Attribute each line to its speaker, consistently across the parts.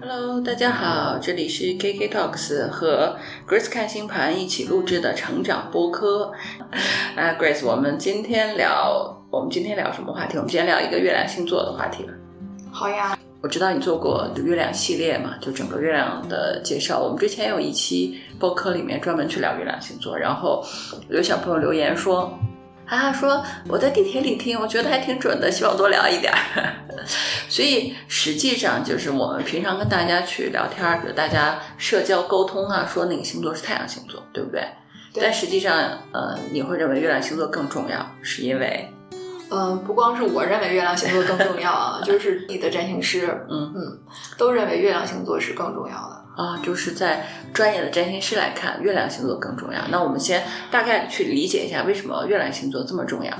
Speaker 1: Hello，大家好，这里是 KK Talks 和 Grace 看星盘一起录制的成长播客。啊，Grace，我们今天聊，我们今天聊什么话题？我们今天聊一个月亮星座的话题吧。
Speaker 2: 好呀，
Speaker 1: 我知道你做过月亮系列嘛，就整个月亮的介绍。我们之前有一期播客里面专门去聊月亮星座，然后有小朋友留言说，啊，说我在地铁里听，我觉得还挺准的，希望多聊一点儿。 所以实际上就是我们平常跟大家去聊天儿，比如大家社交沟通啊，说哪个星座是太阳星座，对不对？
Speaker 2: 对
Speaker 1: 但实际上，呃，你会认为月亮星座更重要，是因为
Speaker 2: 嗯，不光是我认为月亮星座更重要啊， 就是你的占星师，
Speaker 1: 嗯
Speaker 2: 嗯，都认为月亮星座是更重要的。
Speaker 1: 啊，就是在专业的占星师来看，月亮星座更重要。那我们先大概去理解一下为什么月亮星座这么重要。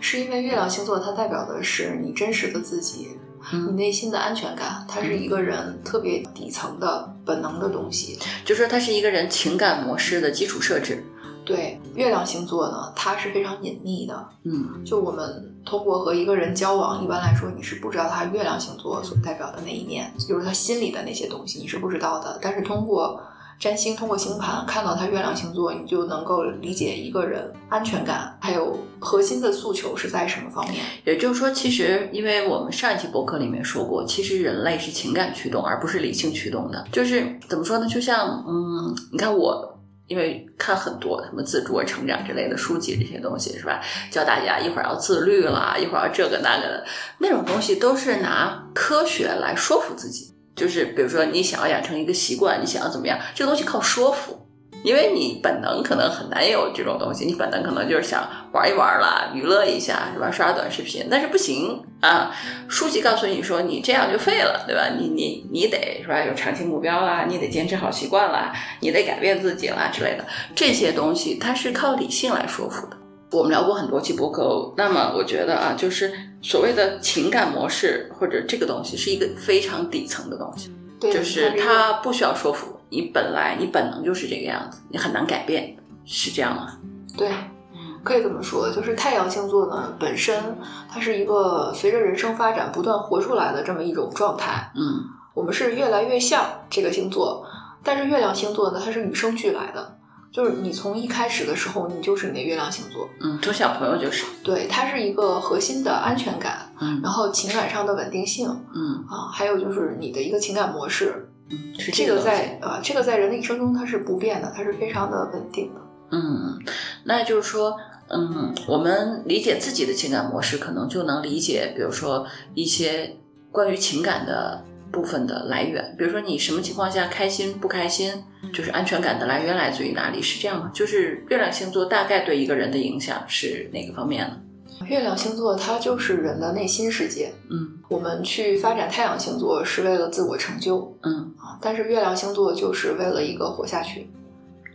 Speaker 2: 是因为月亮星座它代表的是你真实的自己，你
Speaker 1: 嗯，
Speaker 2: 内心的安全感，它是一个人特别底层的本能的东西。
Speaker 1: 就说它是一个人情感模式的基础设置。
Speaker 2: 对，月亮星座呢，它是非常隐秘的。
Speaker 1: 嗯
Speaker 2: 就我们通过和一个人交往，一般来说你是不知道他月亮星座所代表的那一面，就是他心里的那些东西，你是不知道的。但是通过占星，通过星盘看到他月亮星座，你就能够理解一个人安全感，还有核心的诉求是在什么方面。
Speaker 1: 也就是说，其实因为我们上一期博客里面说过，其实人类是情感驱动，而不是理性驱动的。就是怎么说呢？就像嗯，你看我。因为看很多什么自主成长之类的书籍，这些东西是吧？教大家一会儿要自律啦，一会儿要这个那个的，那种东西都是拿科学来说服自己。就是比如说，你想要养成一个习惯，你想要怎么样，这个东西靠说服。因为你本能可能很难有这种东西，你本能可能就是想玩一玩啦，娱乐一下是吧？刷短视频，但是不行啊！书籍告诉你说你这样就废了，对吧？你你你得是吧？有长期目标啦，你得坚持好习惯啦，你得改变自己啦之类的，这些东西它是靠理性来说服的。我们聊过很多期博客，那么我觉得啊，就是所谓的情感模式或者这个东西是一个非常底层的东西。
Speaker 2: 对，
Speaker 1: 就是
Speaker 2: 一个
Speaker 1: 他不需要说服你，本来你本能就是这个样子，你很难改变，是这样吗？
Speaker 2: 对，
Speaker 1: 嗯
Speaker 2: 可以这么说，就是太阳星座呢本身它是一个随着人生发展不断活出来的这么一种状态。
Speaker 1: 嗯
Speaker 2: 我们是越来越像这个星座，但是月亮星座呢，它是与生俱来的，就是你从一开始的时候，你就是你的月亮星座，
Speaker 1: 嗯，从小朋友就是，
Speaker 2: 对，它是一个核心的安全感，
Speaker 1: 嗯
Speaker 2: 然后情感上的稳定性
Speaker 1: 嗯
Speaker 2: 啊，还有就是你的一个情感模式，
Speaker 1: 嗯，是
Speaker 2: 这
Speaker 1: 个东
Speaker 2: 个
Speaker 1: 西
Speaker 2: 在呃，这个在人的一生中它是不变的，它是非常的稳定的。
Speaker 1: 嗯，那就是说，嗯，我们理解自己的情感模式，可能就能理解，比如说一些关于情感的部分的来源，比如说你什么情况下开心不开心，就是安全感的来源来自于哪里，是这样吗？就是月亮星座大概对一个人的影响是哪个方面呢？
Speaker 2: 月亮星座它就是人的内心世界，
Speaker 1: 嗯
Speaker 2: 我们去发展太阳星座是为了自我成就
Speaker 1: 嗯。
Speaker 2: 啊，但是月亮星座就是为了一个活下去，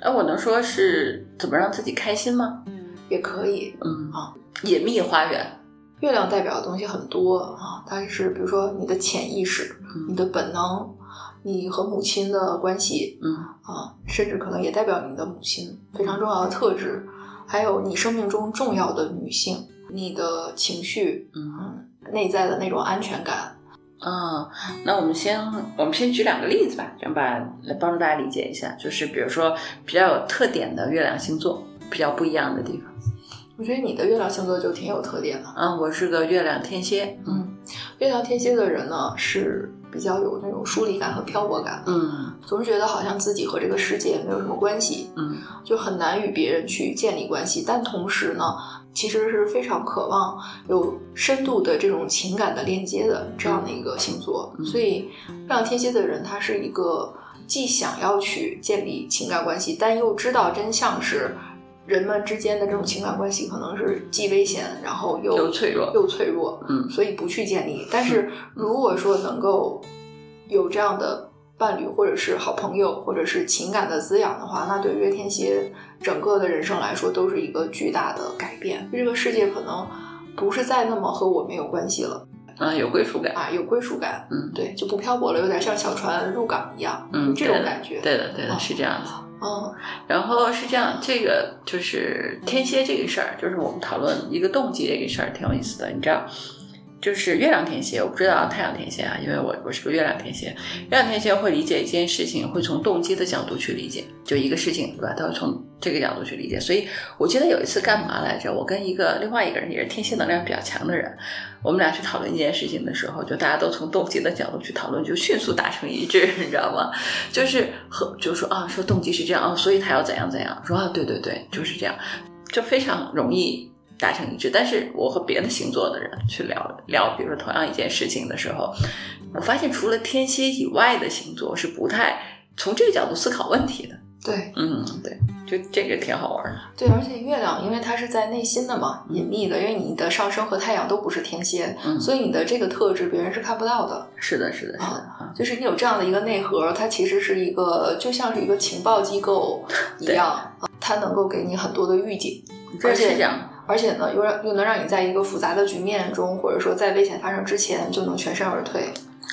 Speaker 1: 哎，我能说是怎么让自己开心吗？
Speaker 2: 也可以
Speaker 1: 嗯
Speaker 2: 啊，
Speaker 1: 隐秘花园，
Speaker 2: 月亮代表的东西很多啊，它是比如说你的潜意识、你
Speaker 1: 嗯
Speaker 2: 的本能、你和母亲的关系
Speaker 1: 嗯
Speaker 2: 啊，甚至可能也代表你的母亲非常重要的特质，还有你生命中重要的女性、你的情绪、
Speaker 1: 嗯
Speaker 2: 嗯，内在的那种安全感。
Speaker 1: 啊，那我们先我们先举两个例子吧，这样吧来帮助大家理解一下，就是比如说比较有特点的月亮星座，比较不一样的地方。
Speaker 2: 我觉得你的月亮星座就挺有特点的。
Speaker 1: 啊，我是个月亮天蝎，
Speaker 2: 嗯，月亮天蝎的人呢是比较有那种疏离感和漂泊感，
Speaker 1: 嗯
Speaker 2: 总是觉得好像自己和这个世界没有什么关系，
Speaker 1: 嗯
Speaker 2: 就很难与别人去建立关系，但同时呢，其实是非常渴望有深度的这种情感的链接的这样的一个星座。
Speaker 1: 嗯
Speaker 2: 所以，让天蝎的人他是一个既想要去建立情感关系，但又知道真相是人们之间的这种情感关系可能是既危险，然后又
Speaker 1: 又脆弱
Speaker 2: 又脆弱，
Speaker 1: 嗯
Speaker 2: 所以不去建立。但是如果说能够有这样的伴侣，或者是好朋友，或者是情感的滋养的话，那对于天蝎整个的人生来说都是一个巨大的改变。这个世界可能不是再那么和我没有关系了
Speaker 1: 啊，有归属感，
Speaker 2: 啊，有归属感，
Speaker 1: 嗯
Speaker 2: 对，就不漂泊了，有点像小船入港一样，
Speaker 1: 嗯，
Speaker 2: 这
Speaker 1: 对
Speaker 2: 种
Speaker 1: 的
Speaker 2: 感觉。
Speaker 1: 对的对的
Speaker 2: 啊
Speaker 1: 是这样子。
Speaker 2: 嗯，
Speaker 1: 然后是这样，这个就是天蝎这个事儿，就是我们讨论一个动机这个事儿挺有意思的。你知道，就是月亮天蝎，我不知道太阳天蝎啊，因为我我是个月亮天蝎。月亮天蝎会理解一件事情，会从动机的角度去理解，就一个事情对吧？他会从这个角度去理解。所以我记得有一次干嘛来着？我跟一个另外一个人也是天蝎能量比较强的人，我们俩去讨论一件事情的时候，就大家都从动机的角度去讨论，就迅速达成一致，你知道吗？就是和就说啊，说动机是这样啊，所以他要怎样怎样。说啊，对对对，就是这样，就非常容易达成一致。但是我和别的星座的人去聊聊，比如说同样一件事情的时候，我发现除了天蝎以外的星座是不太从这个角度思考问题的。
Speaker 2: 对
Speaker 1: 嗯，对，就这个挺好玩的。
Speaker 2: 对，而且月亮因为它是在内心的嘛，隐秘的，因为你的上升和太阳都不是天蝎，
Speaker 1: 嗯，
Speaker 2: 所以你的这个特质别人是看不到的。
Speaker 1: 是的，是的，是的，啊
Speaker 2: 就是你有这样的一个内核，它其实是一个就像是一个情报机构一
Speaker 1: 对
Speaker 2: 样，啊它能够给你很多的预警。
Speaker 1: 这
Speaker 2: 而
Speaker 1: 是
Speaker 2: 且
Speaker 1: 这样。
Speaker 2: 而且呢，又让又能让你在一个复杂的局面中，或者说在危险发生之前，就能全身而退。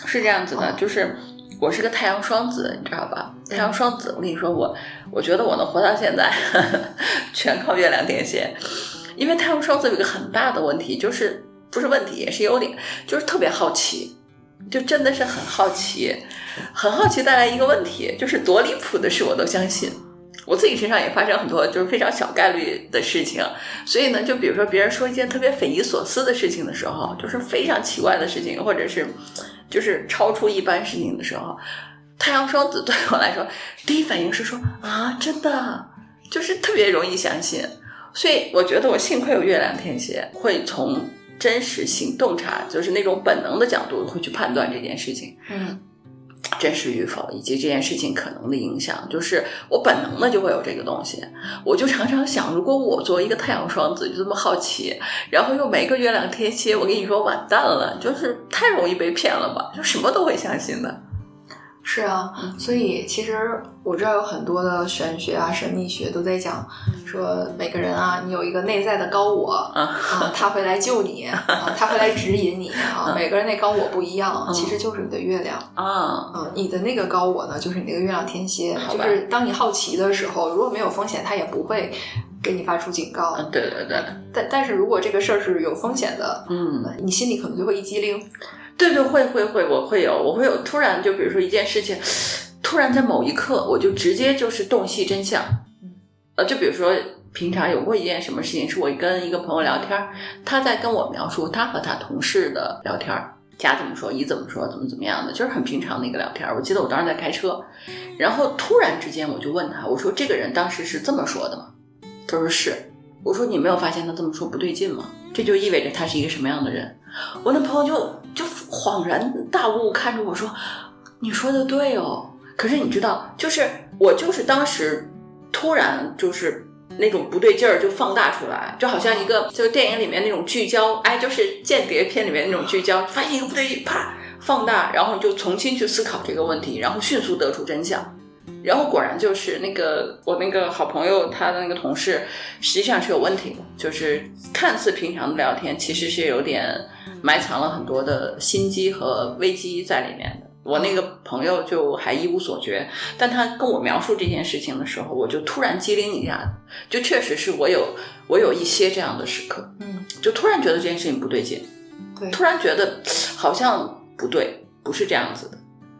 Speaker 1: 是这样子的
Speaker 2: 哦，
Speaker 1: 就是我是个太阳双子，你知道吧？
Speaker 2: 嗯
Speaker 1: 太阳双子，我跟你说，我我觉得我能活到现在， 全靠月亮天蝎。因为太阳双子有一个很大的问题，就是不是问题，也是优点，就是特别好奇，就真的是很好奇，很好奇带来一个问题，就是多离谱的事我都相信。我自己身上也发生很多就是非常小概率的事情，所以呢，就比如说别人说一件特别匪夷所思的事情的时候，就是非常奇怪的事情，或者是就是超出一般事情的时候，太阳双子对我来说，第一反应是说啊，真的，就是特别容易相信。所以我觉得我幸亏有月亮天蝎，会从真实性洞察，就是那种本能的角度会去判断这件事情
Speaker 2: 嗯，
Speaker 1: 真实与否，以及这件事情可能的影响。就是我本能的就会有这个东西，我就常常想，如果我作为一个太阳双子就这么好奇，然后又没个月亮天蝎，我跟你说完蛋了，就是太容易被骗了吧，就什么都会相信的。
Speaker 2: 是啊，所以其实我知道有很多的玄学啊、神秘学都在讲说，每个人啊，你有一个内在的高我啊，他会来救你啊，他会来指引你啊。每个人那高我不一样，
Speaker 1: 嗯
Speaker 2: 其实就是你的月亮。
Speaker 1: 啊，
Speaker 2: 嗯，你的那个高我呢，就是你那个月亮天蝎，
Speaker 1: 好
Speaker 2: 就
Speaker 1: 吧
Speaker 2: 是当你好奇的时候，如果没有风险，它也不会给你发出警告。
Speaker 1: 嗯对对对，
Speaker 2: 但但是如果这个事儿是有风险的，
Speaker 1: 嗯，
Speaker 2: 你心里可能就会一激灵。
Speaker 1: 对对，会会会，我会有，我会有突然就比如说一件事情，突然在某一刻，我就直接就是洞悉真相
Speaker 2: 嗯。
Speaker 1: 呃，就比如说平常有过一件什么事情，是我跟一个朋友聊天儿，他在跟我描述他和他同事的聊天儿。甲怎么说，乙怎么说，怎么怎么样的，就是很平常的一个聊天儿。我记得我当时在开车，然后突然之间我就问他，我说这个人当时是这么说的吗？他说是。我说你没有发现他这么说不对劲吗？这就意味着他是一个什么样的人？我那朋友就就恍然大悟，看着我说：“你说的对哦。”可是你知道，就是我就是当时突然就是那种不对劲儿就放大出来，就好像一个就是电影里面那种聚焦，哎，就是间谍片里面那种聚焦，发现一个不对劲，啪放大，然后就重新去思考这个问题，然后迅速得出真相。然后果然就是那个我那个好朋友他的那个同事，实际上是有问题的，就是看似平常的聊天，其实是有点埋藏了很多的心机和危机在里面的。我那个朋友就还一无所觉，但他跟我描述这件事情的时候，我就突然机灵一下，就确实是我有我有一些这样的时刻，
Speaker 2: 嗯，
Speaker 1: 就突然觉得这件事情不对劲，
Speaker 2: 对
Speaker 1: 突然觉得好像不对，不是这样子的，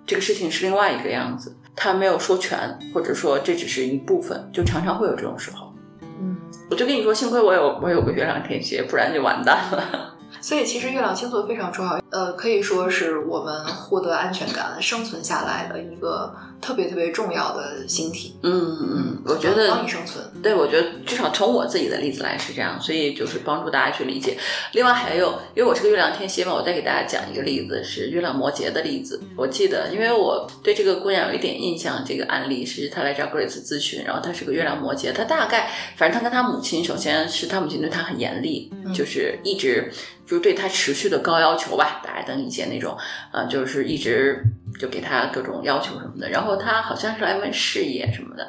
Speaker 1: 这个事情是另外一个样子。他没有说全，或者说这只是一部分，就常常会有这种时候。
Speaker 2: 嗯。
Speaker 1: 我就跟你说，幸亏我有我有个月亮天蝎，不然就完蛋了。
Speaker 2: 所以其实月亮星座非常重要，呃，可以说是我们获得安全感、生存下来的一个特别特别重要的星体。
Speaker 1: 嗯嗯，我觉得
Speaker 2: 帮你生存。
Speaker 1: 对，我觉得至少从我自己的例子来是这样，所以就是帮助大家去理解。另外还有，因为我是个月亮天蝎嘛，我再给大家讲一个例子，是月亮摩羯的例子。我记得，因为我对这个姑娘有一点印象，这个案例是她来找 Grace 咨询，然后她是个月亮摩羯，她大概反正她跟她母亲，首先是她母亲对她很严厉，
Speaker 2: 嗯
Speaker 1: 就是一直就是对她持续的高要求吧，大家能理解那种，呃，就是一直就给她各种要求什么的。然后她好像是来问事业什么的，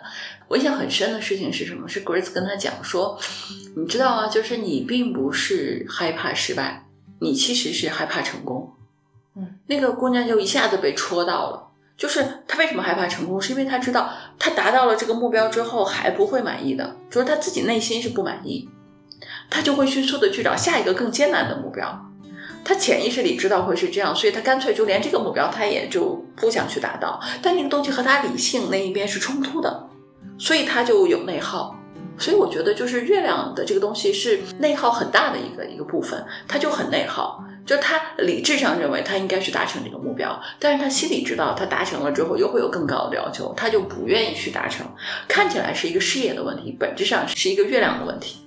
Speaker 1: 我印象很深的事情是什么？是 Grace 跟他讲说，你知道啊，就是你并不是害怕失败，你其实是害怕成功。
Speaker 2: 嗯，
Speaker 1: 那个姑娘就一下子被戳到了。就是她为什么害怕成功，是因为她知道她达到了这个目标之后还不会满意的，就是她自己内心是不满意，她就会迅速的去找下一个更艰难的目标。他潜意识里知道会是这样，所以他干脆就连这个目标他也就不想去达到。但这个东西和他理性那一边是冲突的，所以他就有内耗。所以我觉得就是月亮的这个东西是内耗很大的一个一个部分，他就很内耗。就他理智上认为他应该去达成这个目标，但是他心里知道他达成了之后又会有更高的要求，他就不愿意去达成。看起来是一个事业的问题，本质上是一个月亮的问题。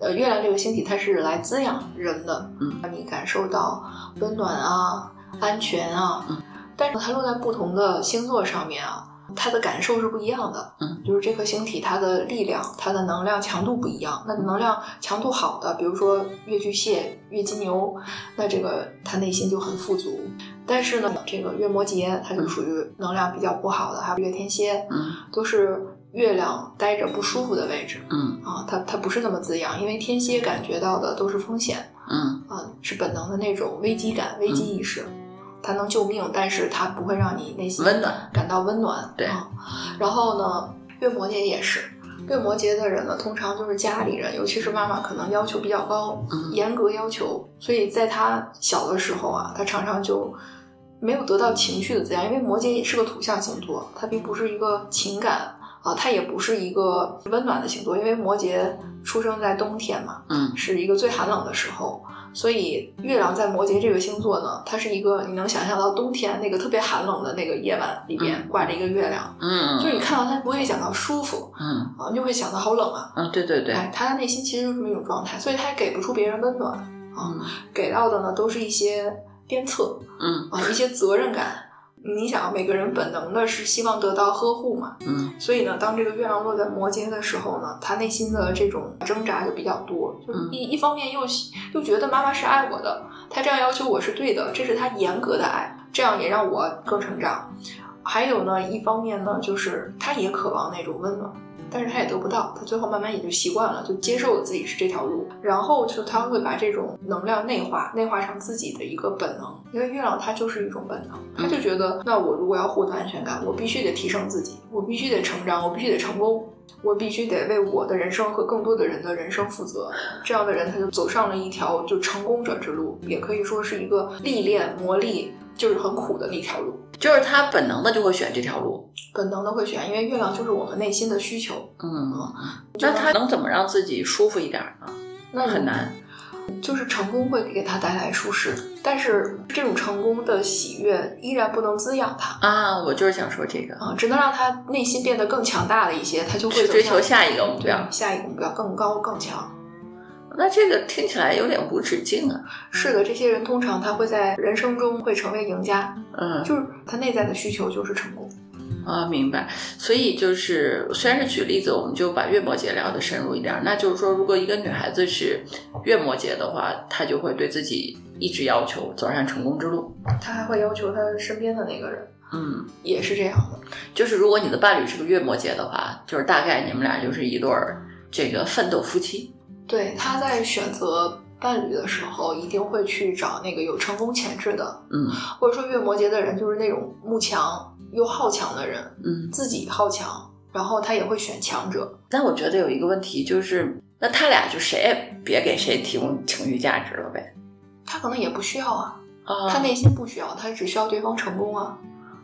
Speaker 2: 呃，月亮这个星体它是来滋养人的，
Speaker 1: 嗯，
Speaker 2: 让你感受到温暖啊、安全啊。
Speaker 1: 嗯
Speaker 2: 但是它落在不同的星座上面啊，它的感受是不一样的。
Speaker 1: 嗯，
Speaker 2: 就是这颗星体它的力量、它的能量强度不一样。那能量强度好的，比如说月巨蟹、月金牛，那这个他内心就很富足。但是呢，这个月摩羯它就属于能量比较不好的，还有月天蝎，
Speaker 1: 嗯
Speaker 2: 都是月亮待着不舒服的位置。
Speaker 1: 嗯
Speaker 2: 啊，它它不是那么滋养，因为天蝎感觉到的都是风险
Speaker 1: 嗯
Speaker 2: 啊，是本能的那种危机感、危机意识。它能救命，但是它不会让你内心
Speaker 1: 温暖
Speaker 2: 感到温暖。
Speaker 1: 对
Speaker 2: 啊，然后呢，月摩羯也是，月摩羯的人呢，通常就是家里人，尤其是妈妈，可能要求比较高，
Speaker 1: 嗯
Speaker 2: 严格要求，所以在他小的时候啊，他常常就没有得到情绪的滋养，因为摩羯是个土象星座，它并不是一个情感啊，它也不是一个温暖的星座，因为摩羯出生在冬天嘛，
Speaker 1: 嗯
Speaker 2: 是一个最寒冷的时候，所以月亮在摩羯这个星座呢，它是一个你能想象到冬天那个特别寒冷的那个夜晚里边挂着一个月亮，
Speaker 1: 嗯，
Speaker 2: 就是你看到它不会想到舒服
Speaker 1: 嗯
Speaker 2: 啊，你就会想到好冷啊，
Speaker 1: 嗯，对对对，
Speaker 2: 哎，他的内心其实就是那种状态，所以他也给不出别人温暖，啊
Speaker 1: 嗯
Speaker 2: 给到的呢都是一些鞭策
Speaker 1: 嗯
Speaker 2: 啊，一些责任感。你想，每个人本能的是希望得到呵护嘛，
Speaker 1: 嗯
Speaker 2: 所以呢，当这个月亮落在摩羯的时候呢，他内心的这种挣扎就比较多，就是一、一方面又喜又觉得妈妈是爱我的，她这样要求我是对的，这是她严格的爱，这样也让我更成长。还有呢，一方面呢，就是他也渴望那种温暖，但是他也得不到，他最后慢慢也就习惯了，就接受自己是这条路，然后就他会把这种能量内化，内化成自己的一个本能，因为月亮它就是一种本能，他就觉得，那我如果要获得安全感，我必须得提升自己，我必须得成长，我必须得成功，我必须得为我的人生和更多的人的人生负责。这样的人，他就走上了一条就成功者之路，也可以说是一个历练磨砺，就是很苦的一条路。
Speaker 1: 就是他本能的就会选这条路。
Speaker 2: 本能的会选，因为月亮就是我们内心的需求。
Speaker 1: 嗯，那他能怎么让自己舒服一点呢？
Speaker 2: 那你
Speaker 1: 很难。
Speaker 2: 就是成功会给他带来舒适，但是这种成功的喜悦依然不能滋养他
Speaker 1: 啊，我就是想说这个，
Speaker 2: 啊、只能让他内心变得更强大了一些，他就会
Speaker 1: 去追
Speaker 2: 走
Speaker 1: 求
Speaker 2: 向
Speaker 1: 下一个目
Speaker 2: 对
Speaker 1: 标。
Speaker 2: 下一个目标更高更强。
Speaker 1: 那这个听起来有点无止境啊。
Speaker 2: 是的，这些人通常他会在人生中会成为赢家，
Speaker 1: 嗯
Speaker 2: 就是他内在的需求就是成功。
Speaker 1: 啊，明白。所以就是，虽然是举例子，我们就把月摩羯聊得深入一点。那就是说，如果一个女孩子是月摩羯的话，她就会对自己一直要求走上成功之路。
Speaker 2: 他还会要求他身边的那个人
Speaker 1: 嗯，
Speaker 2: 也是这样的。
Speaker 1: 就是如果你的伴侣是个月摩羯的话，就是大概你们俩就是一对儿这个奋斗夫妻。
Speaker 2: 对，他在选择伴侣的时候，一定会去找那个有成功潜质的，
Speaker 1: 嗯
Speaker 2: 或者说月摩羯的人就是那种慕强又好强的人，
Speaker 1: 嗯。
Speaker 2: 自己好强，然后他也会选强者。
Speaker 1: 但我觉得有一个问题就是，那他俩就谁也别给谁提供情绪价值了呗。
Speaker 2: 他可能也不需要啊，
Speaker 1: 啊，
Speaker 2: 他内心不需要，他只需要对方成功啊。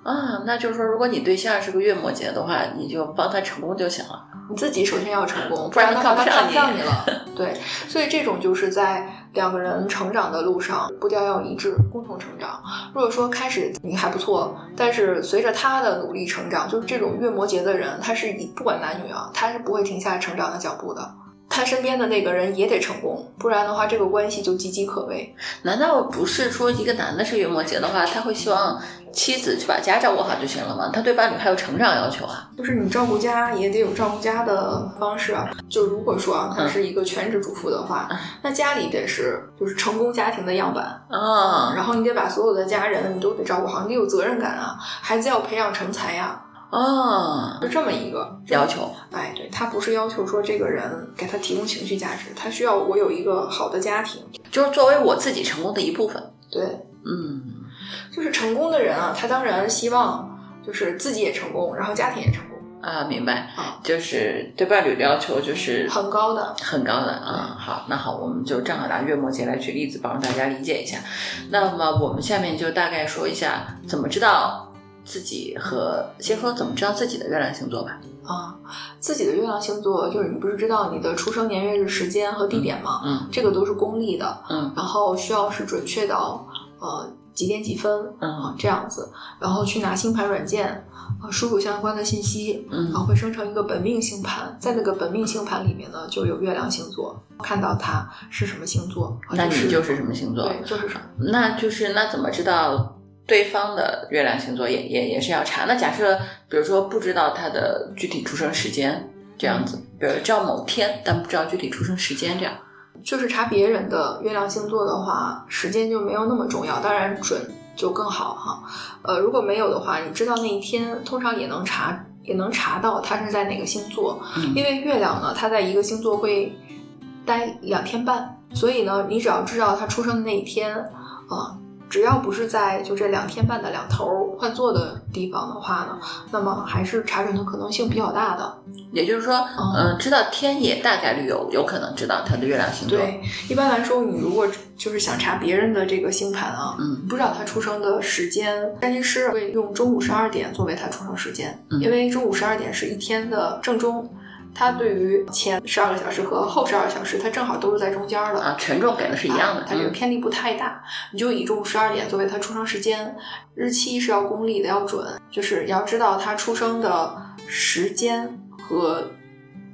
Speaker 1: 啊，那就是说，如果你对象是个月摩羯的话，你就帮他成功就行了。
Speaker 2: 你自己首先要成功，
Speaker 1: 不
Speaker 2: 不
Speaker 1: 然
Speaker 2: 然
Speaker 1: 他看
Speaker 2: 的话
Speaker 1: 不
Speaker 2: 他看不
Speaker 1: 上
Speaker 2: 上
Speaker 1: 你
Speaker 2: 你了。对，所以这种就是在两个人成长的路上步调要一致，共同成长。如果说开始你还不错，但是随着他的努力成长，就是这种月摩羯的人，他是以不管男女啊，他是不会停下成长的脚步的。他身边的那个人也得成功，不然的话，这个关系就岌岌可危。
Speaker 1: 难道不是说一个男的是月摩羯的话，他会希望妻子去把家照顾好就行了吗？他对伴侣还有成长要求啊？
Speaker 2: 就是你照顾家也得有照顾家的方式啊。就如果说啊，他是一个全职主妇的话
Speaker 1: 嗯，
Speaker 2: 那家里得是就是成功家庭的样板。
Speaker 1: 啊
Speaker 2: 然后你得把所有的家人你都得照顾好，你得有责任感啊，孩子要培养成才呀、
Speaker 1: 啊，
Speaker 2: 就这么一个
Speaker 1: 要。求
Speaker 2: 哎，对他不是要求说这个人给他提供情绪价值，他需要我有一个好的家庭。
Speaker 1: 就是作为我自己成功的一部分。
Speaker 2: 对，
Speaker 1: 嗯
Speaker 2: 就是成功的人啊，他当然希望就是自己也成功，然后家庭也成功。
Speaker 1: 啊，明白
Speaker 2: 啊，
Speaker 1: 就是对伴侣的要求就是
Speaker 2: 嗯很高的。
Speaker 1: 很高的啊、好，那好，我们就正好拿月末节来举例子，帮大家理解一下。那么我们下面就大概说一下怎么知道自己和先说怎么知道自己的月亮星座吧。
Speaker 2: 啊、自己的月亮星座就是你不是知道你的出生年月日时间和地点吗？
Speaker 1: 嗯
Speaker 2: 这个都是公历的，
Speaker 1: 嗯
Speaker 2: 然后需要是准确到呃几点几分啊
Speaker 1: 嗯
Speaker 2: 这样子，然后去拿星盘软件啊输入相关的信息，然
Speaker 1: 嗯
Speaker 2: 后会生成一个本命星盘，在那个本命星盘里面呢就有月亮星座，看到它是什么星座，啊
Speaker 1: 那你就是是什么星座？
Speaker 2: 对就是什么。
Speaker 1: 那就是那怎么知道对方的月亮星座也也也是要查？那假设比如说不知道他的具体出生时间这样子，比如知道某天，但不知道具体出生时间这样。
Speaker 2: 就是查别人的月亮星座的话，时间就没有那么重要，当然准就更好哈。呃，如果没有的话，你知道那一天，通常也能查，也能查到它是在哪个星座，
Speaker 1: 嗯
Speaker 2: 因为月亮呢，它在一个星座会待两天半，所以呢，你只要知道它出生的那一天，啊、只要不是在就这两天半的两头儿换座的地方的话呢，那么还是查准的可能性比较大的。
Speaker 1: 也就是说，嗯、知道天也大概率有有可能知道他的月亮星座。
Speaker 2: 对，一般来说，你如果就是想查别人的这个星盘啊，
Speaker 1: 嗯
Speaker 2: 不知道他出生的时间，占星师会用中午十二点作为他出生时间，
Speaker 1: 嗯
Speaker 2: 因为中午十二点是一天的正中，它对于前十二个小时和后十二小时，它正好都是在中间的。
Speaker 1: 啊，权重给的是一样的。
Speaker 2: 啊它这个偏离不太大，你就以中午十二点作为他出生时间，日期是要公历的，要准，就是要知道他出生的时间和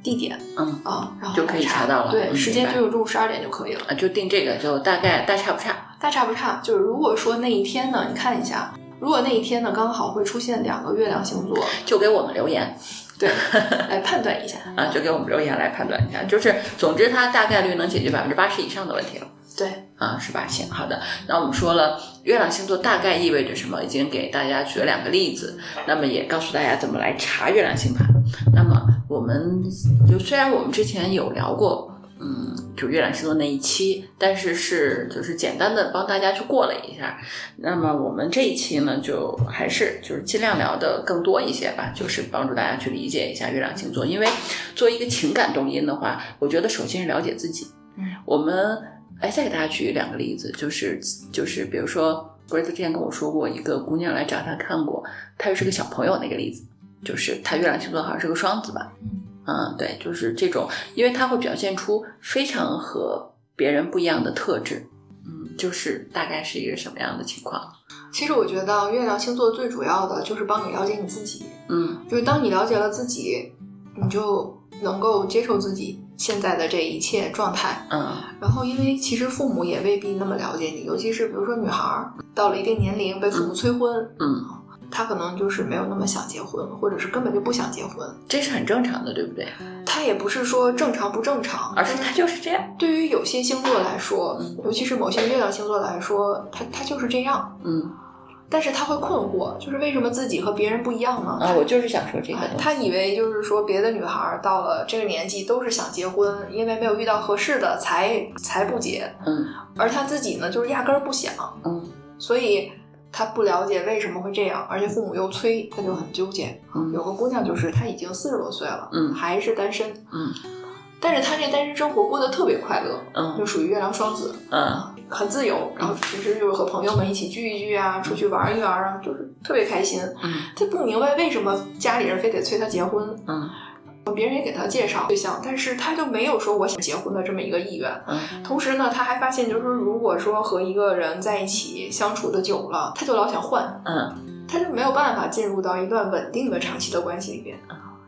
Speaker 2: 地点
Speaker 1: 嗯
Speaker 2: 啊，然后
Speaker 1: 就可以
Speaker 2: 来
Speaker 1: 查到了
Speaker 2: 对，
Speaker 1: 嗯
Speaker 2: 时
Speaker 1: 明
Speaker 2: 间
Speaker 1: 白
Speaker 2: 就用中午十二点就可以了。
Speaker 1: 嗯啊，就定这个，就大概大差不差。
Speaker 2: 大差不差。就是如果说那一天呢，你看一下，如果那一天呢刚好会出现两个月亮星座，
Speaker 1: 就给我们留言
Speaker 2: 对， 来判断一下。
Speaker 1: 啊，就给我们留言来判断一下。就是，总之，它大概率能解决百分之八十以上的问题了。
Speaker 2: 对，
Speaker 1: 啊，是吧？行，好的。那我们说了月亮星座大概意味着什么，已经给大家举了两个例子，那么也告诉大家怎么来查月亮星盘。那么我们就虽然我们之前有聊过，嗯，就月亮星座那一期，但是是就是简单的帮大家去过了一下。那么我们这一期呢，就还是就是尽量聊的更多一些吧，就是帮助大家去理解一下月亮星座。因为作为一个情感动因的话，我觉得首先是了解自己。我们哎，再给大家举两个例子，就是就是比如说，鬼子之前跟我说过，一个姑娘来找他看过，她又是个小朋友那个例子，就是她月亮星座好像是个双子吧，
Speaker 2: 嗯
Speaker 1: 嗯，对，就是这种，因为她会表现出非常和别人不一样的特质，嗯，就是大概是一个什么样的情况？
Speaker 2: 其实我觉得月亮星座最主要的就是帮你了解你自己，
Speaker 1: 嗯
Speaker 2: 就是当你了解了自己，你就能够接受自己现在的这一切状态。
Speaker 1: 嗯
Speaker 2: 然后，因为其实父母也未必那么了解你，尤其是比如说女孩儿到了一定年龄被父母催婚，
Speaker 1: 嗯，
Speaker 2: 她可能就是没有那么想结婚，或者是根本就不想结婚。
Speaker 1: 这是很正常的，对不对？
Speaker 2: 它也不是说正常不正常，
Speaker 1: 而是她就是这样，
Speaker 2: 对于有些星座来说
Speaker 1: 嗯，
Speaker 2: 尤其是某些月亮星座来说，它它就是这样。
Speaker 1: 嗯
Speaker 2: 但是他会困惑，就是为什么自己和别人不一样呢？
Speaker 1: 啊，我就是想说这个
Speaker 2: 哎
Speaker 1: 东西，
Speaker 2: 他以为就是说别的女孩儿到了这个年纪都是想结婚，因为没有遇到合适的才才不结，
Speaker 1: 嗯
Speaker 2: 而他自己呢就是压根儿不想，
Speaker 1: 嗯
Speaker 2: 所以他不了解为什么会这样，而且父母又催，他就很纠结。
Speaker 1: 嗯
Speaker 2: 有个姑娘就是她已经四十多岁了，
Speaker 1: 嗯
Speaker 2: 还是单身，
Speaker 1: 嗯
Speaker 2: 但是她这单身生活过得特别快乐，就
Speaker 1: 嗯
Speaker 2: 属于月亮双子，
Speaker 1: 嗯
Speaker 2: 很自由，然后平时就是和朋友们一起聚一聚啊，出去玩一玩啊，就是特别开心。
Speaker 1: 嗯
Speaker 2: 他不明白为什么家里人非得催他结婚，
Speaker 1: 嗯
Speaker 2: 别人也给他介绍对象，但是他就没有说我想结婚的这么一个意愿。
Speaker 1: 嗯
Speaker 2: 同时呢，他还发现，就是说，如果说和一个人在一起相处的久了，他就老想换，
Speaker 1: 嗯，
Speaker 2: 他就没有办法进入到一段稳定的长期的关系里边。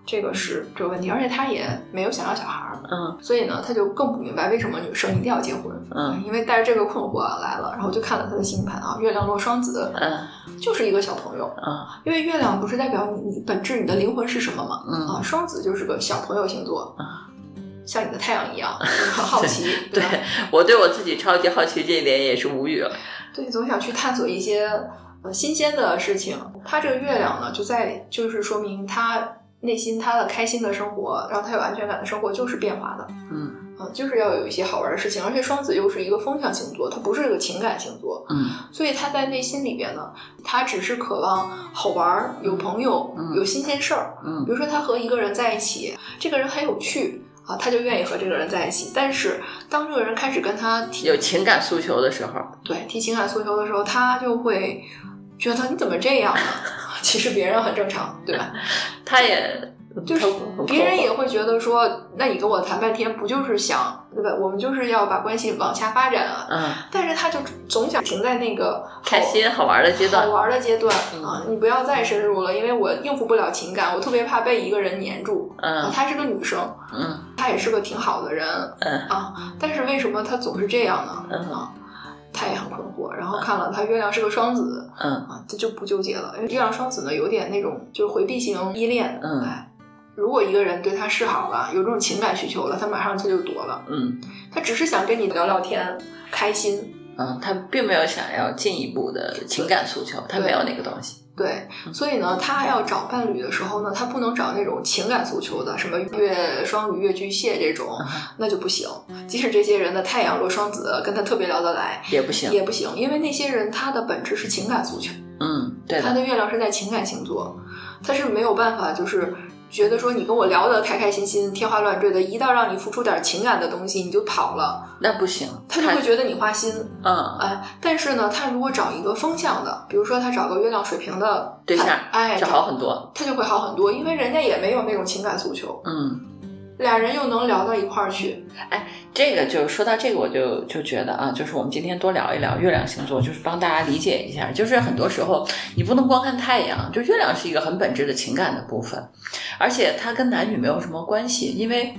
Speaker 2: 这个是这个问题，而且他也没有想要小孩儿，
Speaker 1: 嗯
Speaker 2: 所以呢，他就更不明白为什么女生一定要结婚。
Speaker 1: 嗯
Speaker 2: 因为带着这个困惑啊来了，然后就看了他的星盘啊，月亮落双子
Speaker 1: 嗯
Speaker 2: 就是一个小朋友，
Speaker 1: 嗯。
Speaker 2: 因为月亮不是代表你你本质你的灵魂是什么吗？
Speaker 1: 嗯
Speaker 2: 啊，双子就是个小朋友星座
Speaker 1: 啊，
Speaker 2: 像你的太阳 一样，很好奇，
Speaker 1: 对
Speaker 2: 对吧？
Speaker 1: 我对我自己超级好奇这一点也是无语了。
Speaker 2: 对，总想去探索一些呃新鲜的事情。他这个月亮呢，就在就是说明他内心他的开心的生活，让他有安全感的生活就是变化的。
Speaker 1: 嗯
Speaker 2: 啊、嗯，就是要有一些好玩的事情，而且双子又是一个风象星座，它不是个情感星座，
Speaker 1: 嗯
Speaker 2: 所以他在内心里边呢，他只是渴望好玩儿、有朋友、
Speaker 1: 嗯
Speaker 2: 有新鲜事儿。比
Speaker 1: 嗯
Speaker 2: 如说，他和一个人在一起，这个人很有趣啊，他就愿意和这个人在一起。但是，当这个人开始跟他提
Speaker 1: 有情感诉求的时候，
Speaker 2: 对提情感诉求的时候，他就会觉得你怎么 这样呢？其实别人很正常，对吧？
Speaker 1: 他也
Speaker 2: 就
Speaker 1: 嗯
Speaker 2: 是
Speaker 1: 他很困惑
Speaker 2: 别人也会觉得说，那你跟我谈半天，不就是想对吧？我们就是要把关系往下发展啊。
Speaker 1: 嗯
Speaker 2: 但是他就总想停在那个
Speaker 1: 开心好玩的阶段
Speaker 2: 好，玩的阶段
Speaker 1: 嗯
Speaker 2: 啊，你不要再深入了，因为我应付不了情感，我特别怕被一个人黏住。啊
Speaker 1: 嗯
Speaker 2: 她是个女生，
Speaker 1: 嗯
Speaker 2: 她也是个挺好的人
Speaker 1: 嗯
Speaker 2: 啊，但是为什么她总是这样呢？
Speaker 1: 嗯
Speaker 2: 啊，她也很困惑。然后看了她月亮是个双子
Speaker 1: 嗯
Speaker 2: 啊，这就不纠结了，因为月亮双子呢有点那种就是回避型依恋，
Speaker 1: 嗯
Speaker 2: 哎。如果一个人对她示好了，有这种情感需求了，他马上他就躲了，
Speaker 1: 嗯
Speaker 2: 他只是想跟你聊聊天，开心，
Speaker 1: 嗯，他并没有想要进一步的情感诉求，他没有那个东西，
Speaker 2: 对，
Speaker 1: 嗯
Speaker 2: 所以呢，他要找伴侣的时候呢，他不能找那种情感诉求的，什么月双鱼、月巨蟹这种，
Speaker 1: 嗯
Speaker 2: 那就不行。即使这些人的太阳落双子跟他特别聊得来，
Speaker 1: 也不行，
Speaker 2: 也不行，因为那些人他的本质是情感诉求，
Speaker 1: 嗯，对
Speaker 2: 他
Speaker 1: 的，
Speaker 2: 的月亮是在情感星座，他是没有办法就是。觉得说你跟我聊得开开心心、天花乱坠的，一到让你付出点情感的东西，你就跑了，
Speaker 1: 那不行，
Speaker 2: 他就会觉得你花心。
Speaker 1: 嗯
Speaker 2: 哎，但是呢，他如果找一个风向的，比如说他找个月亮水瓶的
Speaker 1: 对象
Speaker 2: 他哎，
Speaker 1: 就
Speaker 2: 找
Speaker 1: 好很多，
Speaker 2: 他就会好很多，因为人家也没有那种情感诉求，
Speaker 1: 嗯。
Speaker 2: 俩人又能聊到一块儿去。
Speaker 1: 这个就是说到这个，我就就觉得啊，就是我们今天多聊一聊月亮星座，就是帮大家理解一下，就是很多时候你不能光看太阳，就月亮是一个很本质的情感的部分，而且它跟男女没有什么关系，因为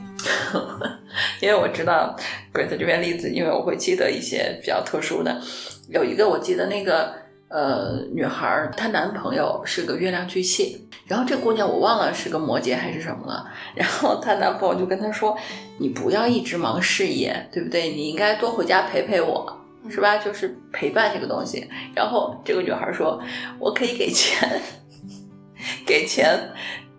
Speaker 1: 因为我知道鬼子这边例子，因为我会记得一些比较特殊的，有一个我记得那个呃女孩儿，她男朋友是个月亮巨蟹，然后这姑娘我忘了是个摩羯还是什么了。然后她男朋友就跟她说：“你不要一直忙事业，对不对？你应该多回家陪陪我，是吧？就是陪伴这个东西。”然后这个女孩说：“我可以给钱， 给钱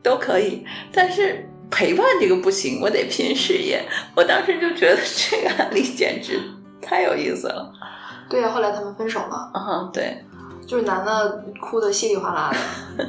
Speaker 1: 都可以，但是陪伴这个不行，我得拼事业。”我当时就觉得这个案例简直太有意思了。
Speaker 2: 对呀，后来他们分手了，
Speaker 1: 啊，对，
Speaker 2: 就是男的哭得稀里哗啦的，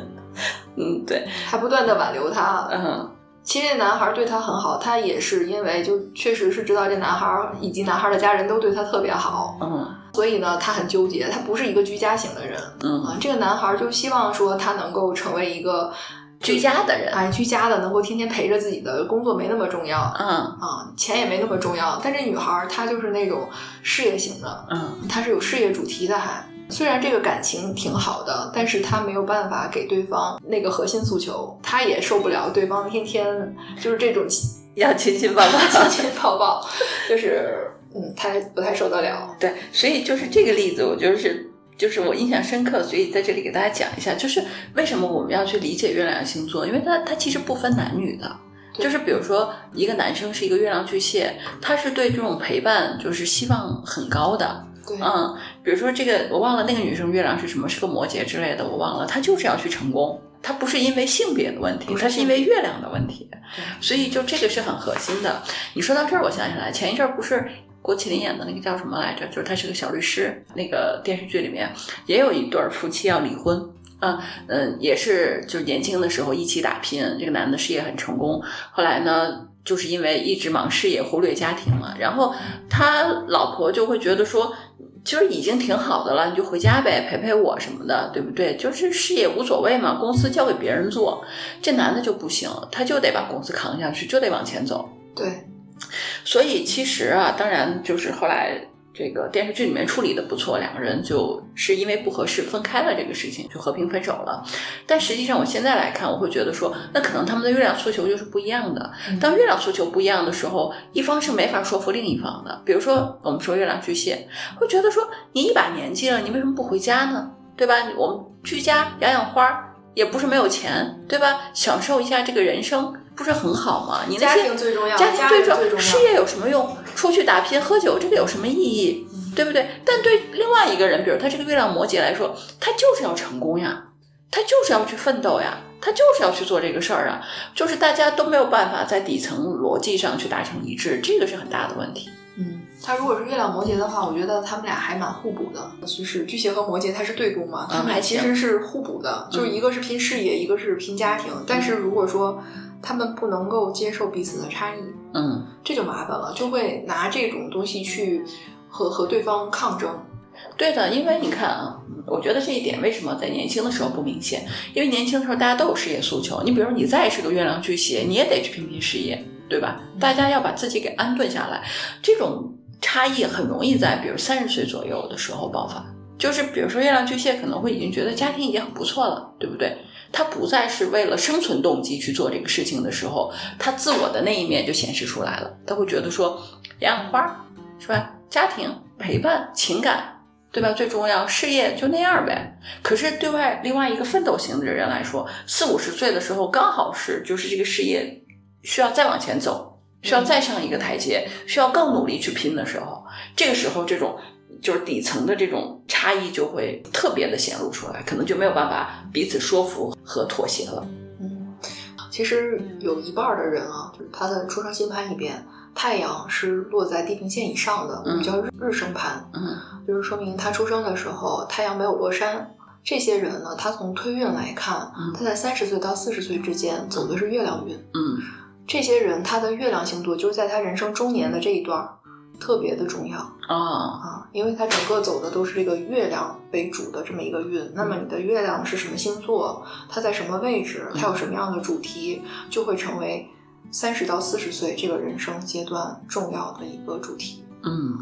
Speaker 1: 嗯，对，
Speaker 2: 还不断的挽留她。
Speaker 1: 嗯，
Speaker 2: 其实这男孩对她很好，她也是因为就确实是知道这男孩以及男孩的家人都对她特别好，
Speaker 1: 嗯，
Speaker 2: 所以呢，她很纠结，她不是一个居家型的人
Speaker 1: 嗯，
Speaker 2: 啊。这个男孩就希望说他能够成为一个
Speaker 1: 居家的人，
Speaker 2: 哎居家的，能够天天陪着自己的工作没那么重要，
Speaker 1: 嗯，
Speaker 2: 啊，钱也没那么重要。但这女孩儿她就是那种事业型的，
Speaker 1: 嗯，
Speaker 2: 她是有事业主题的还。虽然这个感情挺好的，但是她没有办法给对方那个核心诉求，她也受不了对方天天就是这种亲
Speaker 1: 要亲亲抱抱。
Speaker 2: 亲亲抱抱， 就是嗯，她不太受得了。
Speaker 1: 对，所以就是这个例子，我就是就是我印象深刻，所以在这里给大家讲一下，就是为什么我们要去理解月亮星座，因为它它其实不分男女的。
Speaker 2: 对
Speaker 1: 就是比如说，一个男生是一个月亮巨蟹，他是对这种陪伴就是希望很高的，
Speaker 2: 对，
Speaker 1: 嗯，比如说这个我忘了那个女生月亮是什么，是个摩羯之类的，我忘了，她就是要去成功，她不是因为性别的问题，
Speaker 2: 不是
Speaker 1: 她是因为月亮的问题，
Speaker 2: 对
Speaker 1: 所以就这个是很核心的。你说到这儿，我想起来前一阵儿不是郭麒麟演的那个叫什么来着？就是他是个小律师，那个电视剧里面也有一对儿夫妻要离婚。啊，嗯，也是，就是年轻的时候一起打拼，这个男的事业很成功，后来呢，就是因为一直忙事业，忽略家庭嘛。然后他老婆就会觉得说，其实已经挺好的了，你就回家呗，陪陪我什么的，对不对？就是事业无所谓嘛，公司交给别人做。这男的就不行，他就得把公司扛下去，就得往前走。
Speaker 2: 对，
Speaker 1: 所以其实啊，当然就是后来这个电视剧里面处理的不错，两个人就是因为不合适分开了这个事情，就和平分手了。但实际上我现在来看，我会觉得说，那可能他们的月亮诉求就是不一样的。
Speaker 2: 嗯
Speaker 1: 当月亮诉求不一样的时候，一方是没法说服另一方的。比如说，我们说月亮巨蟹，会觉得说你一把年纪了，你为什么不回家呢？对吧？我们居家养养花儿，也不是没有钱，对吧？享受一下这个人生，不是很好吗？你那
Speaker 2: 家
Speaker 1: 些
Speaker 2: 庭最重要，
Speaker 1: 家庭最
Speaker 2: 人
Speaker 1: 重
Speaker 2: 最重
Speaker 1: 要，
Speaker 2: 要，
Speaker 1: 事业有什么用？出去打拼喝酒，这个有什么意义？
Speaker 2: 嗯
Speaker 1: 对不对？但对另外一个人，比如他这个月亮摩羯来说，他就是要成功呀，他就是要去奋斗呀，他就是要去做这个事儿啊，就是大家都没有办法在底层逻辑上去达成一致，这个是很大的问题。
Speaker 2: 嗯，他如果是月亮摩羯的话，我觉得他们俩还蛮互补的，就是巨蟹和摩羯它是对宫嘛，他们俩其实是互补的，就是一个是拼事业，一个是拼家庭，但是如果说他们不能够接受彼此的差异，
Speaker 1: 嗯，
Speaker 2: 这就麻烦了，就会拿这种东西去和和对方抗争。
Speaker 1: 对的，因为你看啊，我觉得这一点为什么在年轻的时候不明显？因为年轻的时候大家都有事业诉求，你比如你再是个月亮巨蟹，你也得去拼拼事业，对吧？大家要把自己给安顿下来，这种差异很容易在比如三十岁左右的时候爆发。就是比如说月亮巨蟹可能会已经觉得家庭已经很不错了，对不对？他不再是为了生存动机去做这个事情的时候，他自我的那一面就显示出来了。他会觉得说，养养花是吧？家庭陪伴、情感对吧？最重要，事业就那样呗。可是对外另外一个奋斗型的人来说，四五十岁的时候，刚好是就是这个事业需要再往前走，需要再上一个台阶，需要更努力去拼的时候，这个时候这种就是底层的这种差异就会特别的显露出来，可能就没有办法彼此说服和妥协了。
Speaker 2: 嗯，其实有一半儿的人啊，就是他的出生星盘里边，太阳是落在地平线以上的，我们
Speaker 1: 嗯
Speaker 2: 叫日日升盘，
Speaker 1: 嗯
Speaker 2: 就是说明他出生的时候太阳没有落山。这些人呢，他从推运来看
Speaker 1: 嗯，
Speaker 2: 他在三十岁到四十岁之间走的是月亮运。
Speaker 1: 嗯
Speaker 2: 这些人他的月亮星座就是在他人生中年的这一段儿特别的重要
Speaker 1: 啊
Speaker 2: 啊，因为他整个走的都是这个月亮为主的这么一个运。那么你的月亮是什么星座，它在什么位置，它有什么样的主题，就会成为三十到四十岁这个人生阶段重要的一个主题。
Speaker 1: 嗯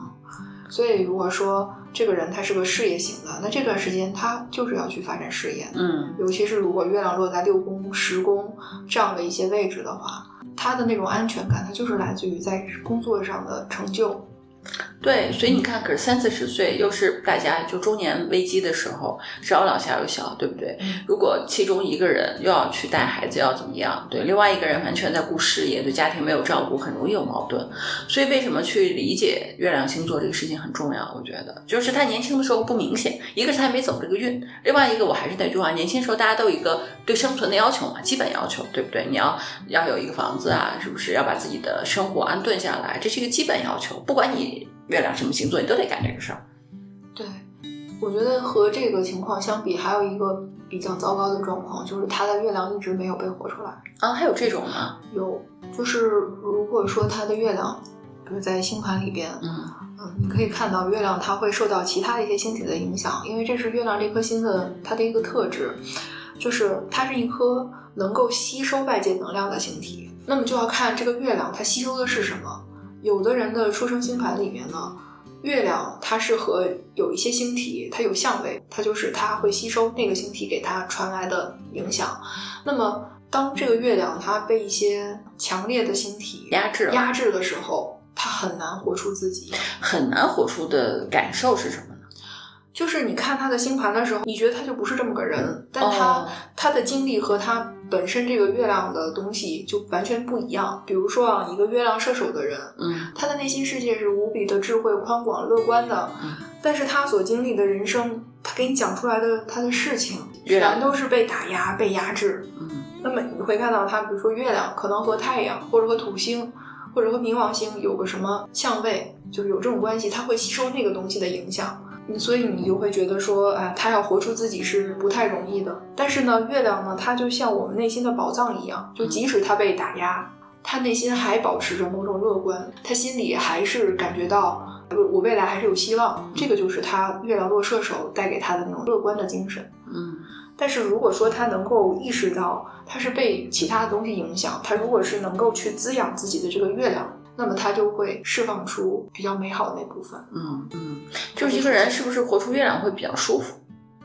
Speaker 2: 所以如果说这个人他是个事业型的，那这段时间他就是要去发展事业，
Speaker 1: 嗯
Speaker 2: 尤其是如果月亮落在六宫、十宫这样的一些位置的话，他的那种安全感，它就是来自于在工作上的成就。
Speaker 1: 对，所以你看，可是三四十岁又是大家就中年危机的时候，上有老下有小，对不对？如果其中一个人又要去带孩子，要怎么样？对，另外一个人完全在顾事业，对家庭没有照顾，很容易有矛盾。所以为什么去理解月亮星座这个事情很重要？我觉得就是他年轻的时候不明显，一个是他没走这个运，另外一个我还是那句话，年轻时候大家都有一个对生存的要求嘛，基本要求，对不对？你要要有一个房子啊，是不是要把自己的生活安顿下来？这是一个基本要求，不管你月亮什么星座，你都得干这个事儿。
Speaker 2: 对，我觉得和这个情况相比，还有一个比较糟糕的状况，就是他的月亮一直没有被活出来。
Speaker 1: 啊，还有这种呢？
Speaker 2: 有，就是如果说他的月亮，比如在星盘里边，
Speaker 1: 嗯
Speaker 2: 嗯，你可以看到月亮它会受到其他的一些星体的影响，因为这是月亮这颗星的它的一个特质，就是它是一颗能够吸收外界能量的星体。那么就要看这个月亮它吸收的是什么。有的人的出生星盘里面呢，月亮它是和有一些星体它有相位，它就是它会吸收那个星体给它传来的影响。那么当这个月亮它被一些强烈的星体
Speaker 1: 压制了
Speaker 2: 压制的时候，它很难活出自己。
Speaker 1: 很难活出的感受是什么呢？
Speaker 2: 就是你看他的星盘的时候，你觉得他就不是这么个人，但他、
Speaker 1: 哦
Speaker 2: 他的经历和他本身这个月亮的东西就完全不一样。比如说啊，一个月亮射手的人，
Speaker 1: 嗯
Speaker 2: 他的内心世界是无比的智慧、宽广、乐观的，
Speaker 1: 嗯
Speaker 2: 但是他所经历的人生，他给你讲出来的他的事情，
Speaker 1: 月亮
Speaker 2: 全都是被打压、被压制。
Speaker 1: 嗯
Speaker 2: 那么你会看到他，比如说月亮可能和太阳，或者和土星，或者和冥王星有个什么相位，就是有这种关系，它会吸收那个东西的影响。嗯所以你就会觉得说，啊，他要活出自己是不太容易的。但是呢，月亮呢，它就像我们内心的宝藏一样，就即使它被打压，他内心还保持着某种乐观，他心里还是感觉到呃我我未来还是有希望。这个就是他月亮落射手带给他的那种乐观的精神。
Speaker 1: 嗯
Speaker 2: 但是如果说他能够意识到他是被其他的东西影响，他如果是能够去滋养自己的这个月亮，那么他就会释放出比较美好的那部分。
Speaker 1: 嗯嗯，就是一个人是不是活出月亮会比较舒服？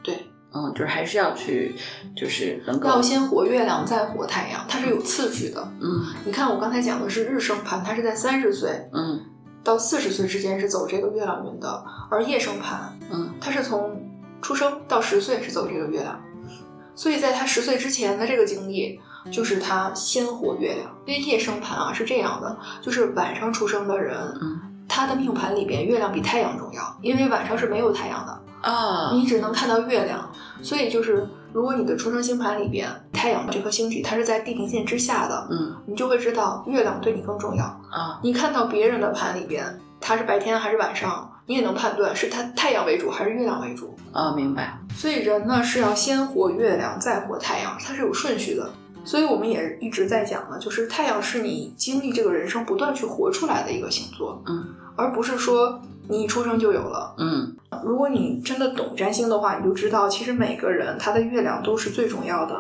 Speaker 2: 对，
Speaker 1: 嗯，就是还是要去，就是能够
Speaker 2: 要先活月亮，再活太阳，它是有次序的。
Speaker 1: 嗯
Speaker 2: 你看，我刚才讲的是日升盘，它是在三十岁
Speaker 1: 嗯
Speaker 2: 到四十岁之间是走这个月亮运的，而夜升盘
Speaker 1: 嗯
Speaker 2: 它是从出生到十岁是走这个月亮，所以在他十岁之前的这个经历，就是他鲜活月亮。因为夜生盘啊是这样的，就是晚上出生的人，
Speaker 1: 嗯
Speaker 2: 他的命盘里边月亮比太阳重要，因为晚上是没有太阳的，
Speaker 1: 啊
Speaker 2: 你只能看到月亮，所以就是如果你的出生星盘里边太阳这颗星体它是在地平线之下的，
Speaker 1: 嗯
Speaker 2: 你就会知道月亮对你更重要。
Speaker 1: 啊，
Speaker 2: 你看到别人的盘里边，它是白天还是晚上，你也能判断是它太阳为主还是月亮为主。
Speaker 1: 啊，明白，
Speaker 2: 所以人呢是要先活月亮，再活太阳，它是有顺序的。所以我们也一直在讲呢，就是太阳是你经历这个人生不断去活出来的一个星座，
Speaker 1: 嗯，
Speaker 2: 而不是说你一出生就有了。
Speaker 1: 嗯
Speaker 2: 如果你真的懂占星的话，你就知道其实每个人他的月亮都是最重要的，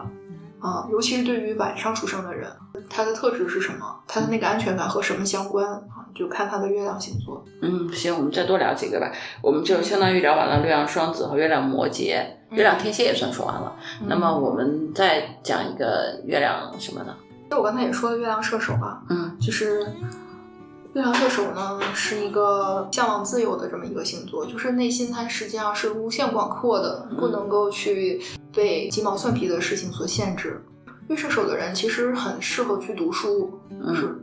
Speaker 2: 啊、尤其是对于晚上出生的人，他的特质是什么，他的那个安全感和什么相关啊，你就看他的月亮星座。
Speaker 1: 嗯，行，我们再多聊几个吧。我们就相当于聊完了月亮双子和月亮摩羯，月亮天蝎也算说完了。嗯那么我们再讲一个月亮什么呢？
Speaker 2: 其实我刚才也说了月亮射手啊，
Speaker 1: 嗯
Speaker 2: 就是月亮射手呢，是一个向往自由的这么一个星座，就是内心它实际上是无限广阔的，不
Speaker 1: 嗯
Speaker 2: 能够去被鸡毛蒜皮的事情所限制。月射手的人其实很适合去读书，
Speaker 1: 嗯
Speaker 2: 是，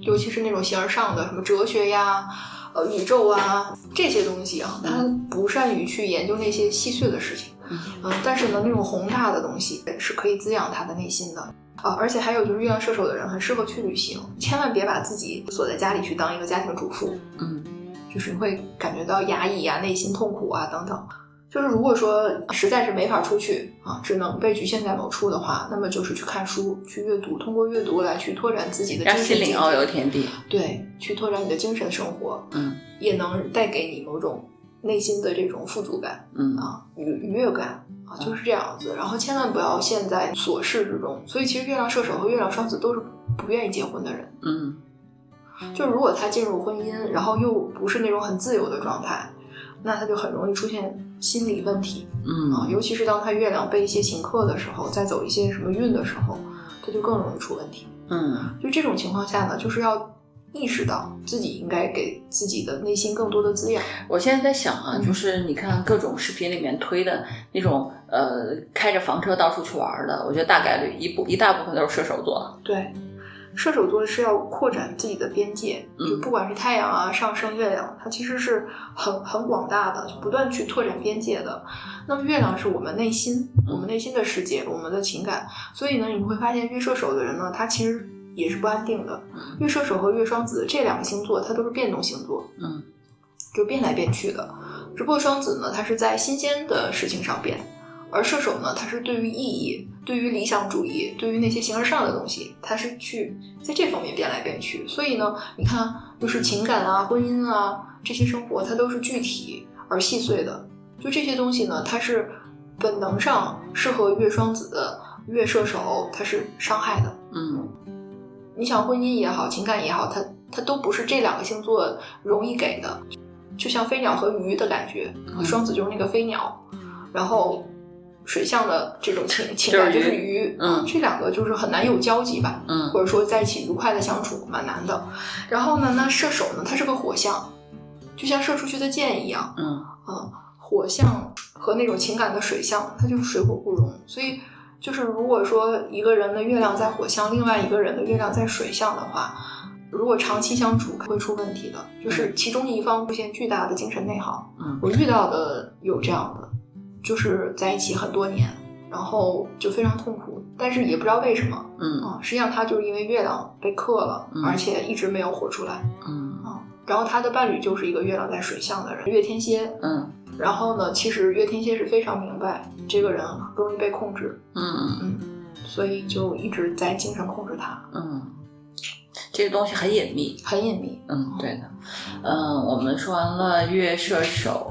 Speaker 2: 尤其是那种形而上的，什么哲学呀、呃宇宙啊这些东西啊，他不善于去研究那些细碎的事情。
Speaker 1: 嗯
Speaker 2: 嗯，但是呢，那种宏大的东西是可以滋养他的内心的。啊，而且还有就是月亮射手的人很适合去旅行，千万别把自己锁在家里去当一个家庭主妇，
Speaker 1: 嗯
Speaker 2: 就是你会感觉到压抑啊、内心痛苦啊等等。就是如果说实在是没法出去啊，只能被局限在某处的话，那么就是去看书、去阅读，通过阅读来去拓展自己的精
Speaker 1: 让心
Speaker 2: 神
Speaker 1: 灵哦
Speaker 2: 境
Speaker 1: 遨
Speaker 2: 界
Speaker 1: 游天地。
Speaker 2: 对，去拓展你的精神生活，
Speaker 1: 嗯
Speaker 2: 也能带给你某种内心的这种富足感
Speaker 1: 嗯
Speaker 2: 啊、愉愉悦感啊，就是这样子。然后千万不要陷在琐事之中。所以其实月亮射手和月亮双子都是不愿意结婚的人，
Speaker 1: 嗯
Speaker 2: 就如果他进入婚姻，然后又不是那种很自由的状态。那他就很容易出现心理问题啊，
Speaker 1: 嗯
Speaker 2: 尤其是当他月亮被一些刑克的时候，再走一些什么运的时候，他就更容易出问题。
Speaker 1: 嗯
Speaker 2: 就这种情况下呢，就是要意识到自己应该给自己的内心更多的滋养。
Speaker 1: 我现在在想啊，
Speaker 2: 嗯
Speaker 1: 就是你看各种视频里面推的那种呃开着房车到处去玩儿的，我觉得大概率一部一大部分都是射手座。
Speaker 2: 对，射手座是要扩展自己的边界，
Speaker 1: 嗯
Speaker 2: 就不管是太阳啊、上升、月亮，它其实是很很广大的，就不断去拓展边界的。那么月亮是我们内心，
Speaker 1: 嗯
Speaker 2: 我们内心的世界，我们的情感，所以呢，你会发现月射手的人呢，他其实也是不安定的。月射手和月双子这两个星座，它都是变动星座，
Speaker 1: 嗯，
Speaker 2: 就变来变去的。只不过双子呢，它是在新鲜的事情上变，而射手呢，它是对于意义、对于理想主义、对于那些形而上的东西，它是去在这方面变来变去。所以呢，你看，就是情感啊、婚姻啊这些生活，它都是具体而细碎的。就这些东西呢，它是本能上适合月双子、月射手，它是伤害的。
Speaker 1: 嗯
Speaker 2: 你想婚姻也好，情感也好，它它都不是这两个星座容易给的，就像飞鸟和鱼的感觉，
Speaker 1: 嗯
Speaker 2: 双子就是那个飞鸟，然后水象的这种情情感
Speaker 1: 就
Speaker 2: 就是是
Speaker 1: 鱼
Speaker 2: 鱼，
Speaker 1: 嗯
Speaker 2: 这两个就是很难有交集吧，
Speaker 1: 嗯
Speaker 2: 或者说在一起愉快的相处蛮难的。然后呢，那射手呢，它是个火象，就像射出去的箭一样，
Speaker 1: 嗯
Speaker 2: 嗯，火象和那种情感的水象，它就是水火不容。所以，就是如果说一个人的月亮在火象，另外一个人的月亮在水象的话，如果长期相处会出问题的，就是其中一方出现巨大的精神内耗。
Speaker 1: 嗯
Speaker 2: 我遇到的有这样的，就是在一起很多年，然后就非常痛苦，但是也不知道为什么
Speaker 1: 嗯
Speaker 2: 啊、实际上他就是因为月亮被克了
Speaker 1: 嗯，
Speaker 2: 而且一直没有活出来。啊
Speaker 1: 嗯
Speaker 2: 然后他的伴侣就是一个月亮在水象的人，月天蝎，
Speaker 1: 嗯
Speaker 2: 然后呢，其实月天蝎是非常明白这个人啊容易被控制，
Speaker 1: 嗯
Speaker 2: 所以就一直在精神控制他，
Speaker 1: 嗯，这个东西很隐秘。
Speaker 2: 很隐秘。
Speaker 1: 嗯，对的。嗯，我们说完了月射手，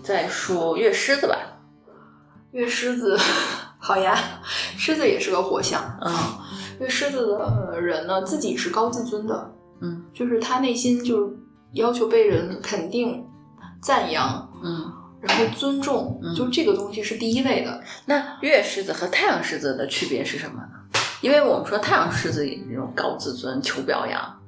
Speaker 1: 再说月狮子吧。
Speaker 2: 月狮子， 好呀，狮子也是个火象。
Speaker 1: 嗯
Speaker 2: 月狮子的人呢，自己是高自尊的，
Speaker 1: 嗯
Speaker 2: 就是他内心就是要求被人肯定、赞扬，
Speaker 1: 嗯。
Speaker 2: 然后尊重
Speaker 1: 嗯，
Speaker 2: 就这个东西是第一位的。
Speaker 1: 那月狮子和太阳狮子的区别是什么呢？因为我们说太阳狮子也那种高自尊、求表扬，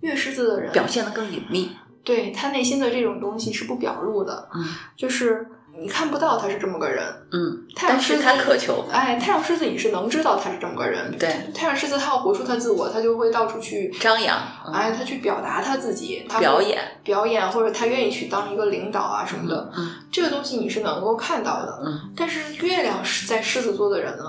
Speaker 2: 月狮子的人，
Speaker 1: 表现得更隐秘。
Speaker 2: 对他内心的这种东西是不表露的，
Speaker 1: 嗯
Speaker 2: 就是你看不到他是这么个人。
Speaker 1: 嗯，
Speaker 2: 太阳
Speaker 1: 但
Speaker 2: 狮
Speaker 1: 是
Speaker 2: 子
Speaker 1: 他渴求，
Speaker 2: 哎，太阳狮子你是能知道他是这么个人。
Speaker 1: 对，
Speaker 2: 太阳狮子他要活出他自我，他就会到处去
Speaker 1: 张扬、嗯
Speaker 2: 哎，他去表达他自己，他会
Speaker 1: 表演，
Speaker 2: 表演，或者他愿意去当一个领导啊什么的，
Speaker 1: 嗯
Speaker 2: 这个东西你是能够看到的。
Speaker 1: 嗯，
Speaker 2: 但是月亮是在狮子座的人呢，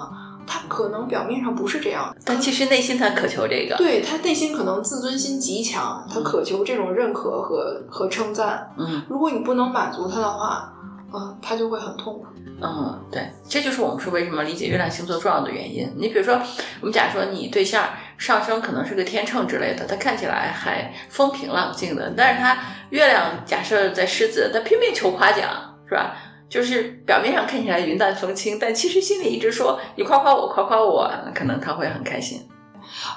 Speaker 2: 他可能表面上不是这样，
Speaker 1: 但其实内心他渴求这个。
Speaker 2: 对他内心可能自尊心极强，他渴求这种认可和和称赞。
Speaker 1: 嗯
Speaker 2: 如果你不能满足他的话，嗯，他就会很痛苦。
Speaker 1: 嗯，对，这就是我们说为什么理解月亮星座重要的原因。你比如说，我们假如说你对象上升可能是个天秤之类的，他看起来还风平浪静的，但是他月亮假设在狮子，他拼命求夸奖，是吧？就是表面上看起来云淡风轻，但其实心里一直说你夸夸我，夸夸我，可能他会很开心。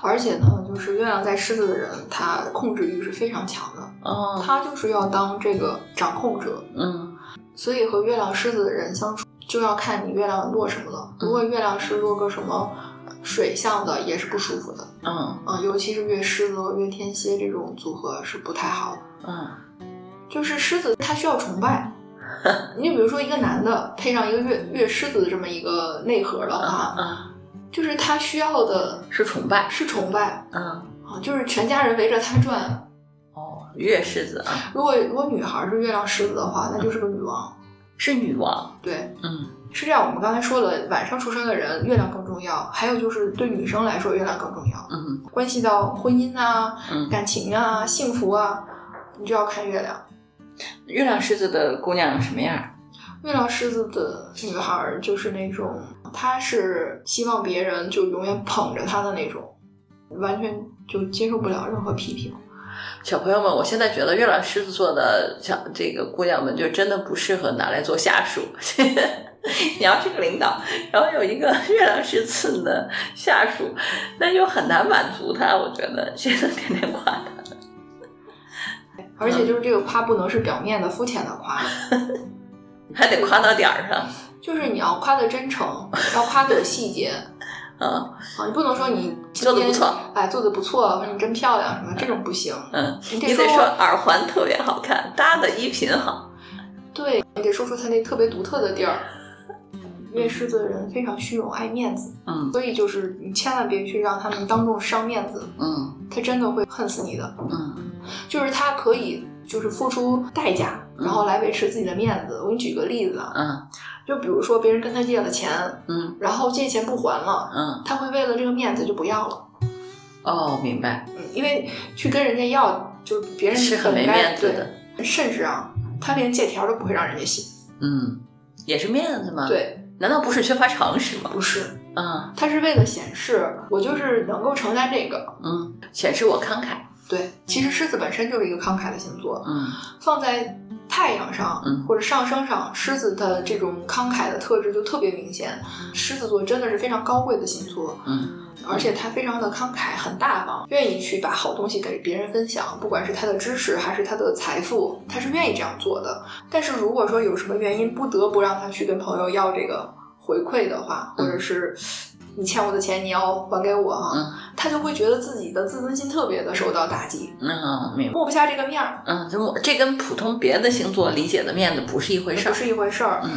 Speaker 2: 而且呢，就是月亮在狮子的人，他控制欲是非常强的，
Speaker 1: 哦，
Speaker 2: 他就是要当这个掌控者。
Speaker 1: 嗯
Speaker 2: 所以和月亮狮子的人相处，就要看你月亮落什么了。如果月亮是落个什么水象的，也是不舒服的。
Speaker 1: 嗯
Speaker 2: 嗯，尤其是月狮子和月天蝎这种组合是不太好的。
Speaker 1: 嗯
Speaker 2: 就是狮子，它需要崇拜。你就比如说一个男的配上一个月月狮子的这么一个内核的话，
Speaker 1: 嗯，
Speaker 2: 就是他需要的
Speaker 1: 是崇拜，
Speaker 2: 是崇拜
Speaker 1: 嗯
Speaker 2: 啊，就是全家人围着他转。
Speaker 1: 哦，月狮子啊，
Speaker 2: 如果如果女孩是月亮狮子的话，那就是个女王。
Speaker 1: 是女王，
Speaker 2: 对，
Speaker 1: 嗯
Speaker 2: 是这样，我们刚才说了，晚上出生的人月亮更重要，还有就是对女生来说月亮更重要，
Speaker 1: 嗯
Speaker 2: 关系到婚姻啊、
Speaker 1: 嗯。
Speaker 2: 感情啊、幸福啊，你就要看月亮。
Speaker 1: 月亮狮子的姑娘什么样？
Speaker 2: 月亮狮子的女孩儿就是那种，她是希望别人就永远捧着她的那种，完全就接受不了任何批评。
Speaker 1: 小朋友们，我现在觉得月亮狮子座的小这个姑娘们就真的不适合拿来做下属。 你要是个领导，然后有一个月亮狮子的下属，那就很难满足他。我觉得谁能天天夸他？
Speaker 2: 而且就是这个夸不能是表面的、肤浅的夸，
Speaker 1: 还得夸到点儿上。
Speaker 2: 就是你要夸的真诚，要夸的有细节
Speaker 1: 嗯
Speaker 2: 啊，你不能说你今
Speaker 1: 做得
Speaker 2: 天
Speaker 1: 不错，
Speaker 2: 哎，做的不错，或者你真漂亮什么这种不行，
Speaker 1: 嗯，
Speaker 2: 你
Speaker 1: 你
Speaker 2: 得
Speaker 1: 得
Speaker 2: 说
Speaker 1: 说耳环特别好看，搭的衣品好。
Speaker 2: 对，你得说出他那特别独特的地儿。因为狮子的人非常虚荣、爱面子，
Speaker 1: 嗯
Speaker 2: 所以就是你千万别去让他们当众伤面子，
Speaker 1: 嗯
Speaker 2: 他真的会恨死你的。
Speaker 1: 嗯
Speaker 2: 就是他可以就是付出代价，然后来维持自己的面子。我给你举个例子啊，
Speaker 1: 嗯
Speaker 2: 就比如说别人跟他借了钱，
Speaker 1: 嗯
Speaker 2: 然后借钱不还了，
Speaker 1: 嗯，
Speaker 2: 他会为了这个面子就不要了，
Speaker 1: 哦，明白，
Speaker 2: 嗯，因为去跟人家要，就是别人
Speaker 1: 是很
Speaker 2: 本
Speaker 1: 没
Speaker 2: 该
Speaker 1: 面子的。。
Speaker 2: 对甚至啊，他连借条都不会让人家写。
Speaker 1: 嗯，也是面子吗？，
Speaker 2: 对，
Speaker 1: 难道不是缺乏常识吗？
Speaker 2: 不是。
Speaker 1: 嗯
Speaker 2: 他是为了显示我就是能够承担这个。
Speaker 1: 嗯，显示我慷慨。
Speaker 2: 对，其实狮子本身就是一个慷慨的星座，
Speaker 1: 嗯
Speaker 2: 放在太阳上
Speaker 1: 嗯
Speaker 2: 或者上升上，狮子的这种慷慨的特质就特别明显。狮子座真的是非常高贵的星座，
Speaker 1: 嗯
Speaker 2: 而且他非常的慷慨，很大方，愿意去把好东西给别人分享，不管是他的知识还是他的财富，他是愿意这样做的。但是如果说有什么原因不得不让他去跟朋友要这个回馈的话，
Speaker 1: 嗯
Speaker 2: 或者是你欠我的钱你要还给我哈、
Speaker 1: 嗯
Speaker 2: 他就会觉得自己的自尊心特别的受到打击，
Speaker 1: 嗯，明白。
Speaker 2: 抹不下这个面儿，
Speaker 1: 嗯，就我这跟普通别的星座理解的面子不是一回事
Speaker 2: 不
Speaker 1: 儿。
Speaker 2: 是一回事儿。
Speaker 1: 嗯，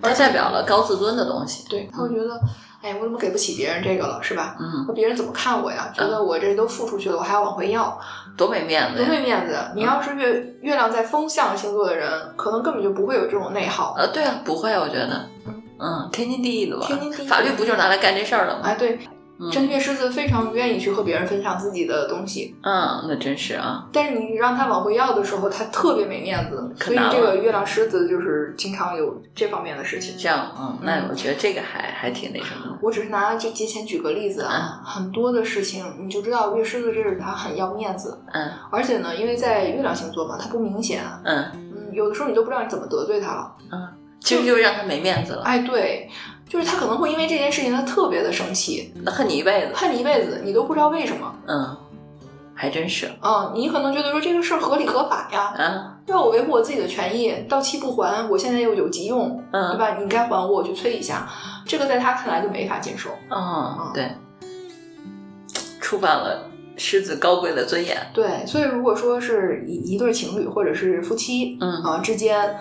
Speaker 1: 它代表了高自尊的东西。
Speaker 2: 对，他会觉得，哎，我怎么给不起别人这个了，是吧？
Speaker 1: 嗯，
Speaker 2: 别人怎么看我呀？觉得我这都付出去了，我还要往回要，
Speaker 1: 多没面子
Speaker 2: 多没
Speaker 1: 呀！
Speaker 2: 面子！你要是月月亮在风象星座的人，可能根本就不会有这种内耗。
Speaker 1: 呃，对啊，不会，我觉得，嗯，天经地义的吧。
Speaker 2: 天经地义
Speaker 1: 法律不就拿来干这事儿了吗？
Speaker 2: 哎，对，
Speaker 1: 嗯
Speaker 2: 真月狮子非常愿意去和别人分享自己的东西，
Speaker 1: 嗯，那真是啊，
Speaker 2: 但是你让他往回要的时候，他特别没面子，
Speaker 1: 嗯可
Speaker 2: 所以
Speaker 1: 难了
Speaker 2: 这个月亮狮子就是经常有这方面的事情。
Speaker 1: 这样，嗯，那我觉得这个还还挺那什么的。
Speaker 2: 我只是拿这节前举个例子
Speaker 1: 嗯
Speaker 2: 啊，很多的事情你就知道月狮子这是他很要面子，
Speaker 1: 嗯
Speaker 2: 而且呢，因为在月亮星座嘛，它不明显，
Speaker 1: 嗯，
Speaker 2: 嗯，有的时候你都不知道你怎么得罪他了。
Speaker 1: 其实就是让他没面子了，
Speaker 2: 哎，对，就是他可能会因为这件事情他特别的生气，
Speaker 1: 那恨你一辈子。
Speaker 2: 恨你一辈子，你都不知道为什么。
Speaker 1: 嗯，还真是。
Speaker 2: 啊、你可能觉得说这个事儿合理合法呀，
Speaker 1: 嗯
Speaker 2: 要我维护我自己的权益，到期不还，我现在又有急用，对
Speaker 1: 嗯
Speaker 2: 吧？你该还我，我去催一下。这个在他看来就没法接受。嗯
Speaker 1: 哦，对，触犯了狮子高贵的尊严。
Speaker 2: 对，所以如果说是一一对情侣或者是夫妻，
Speaker 1: 嗯
Speaker 2: 啊、之间，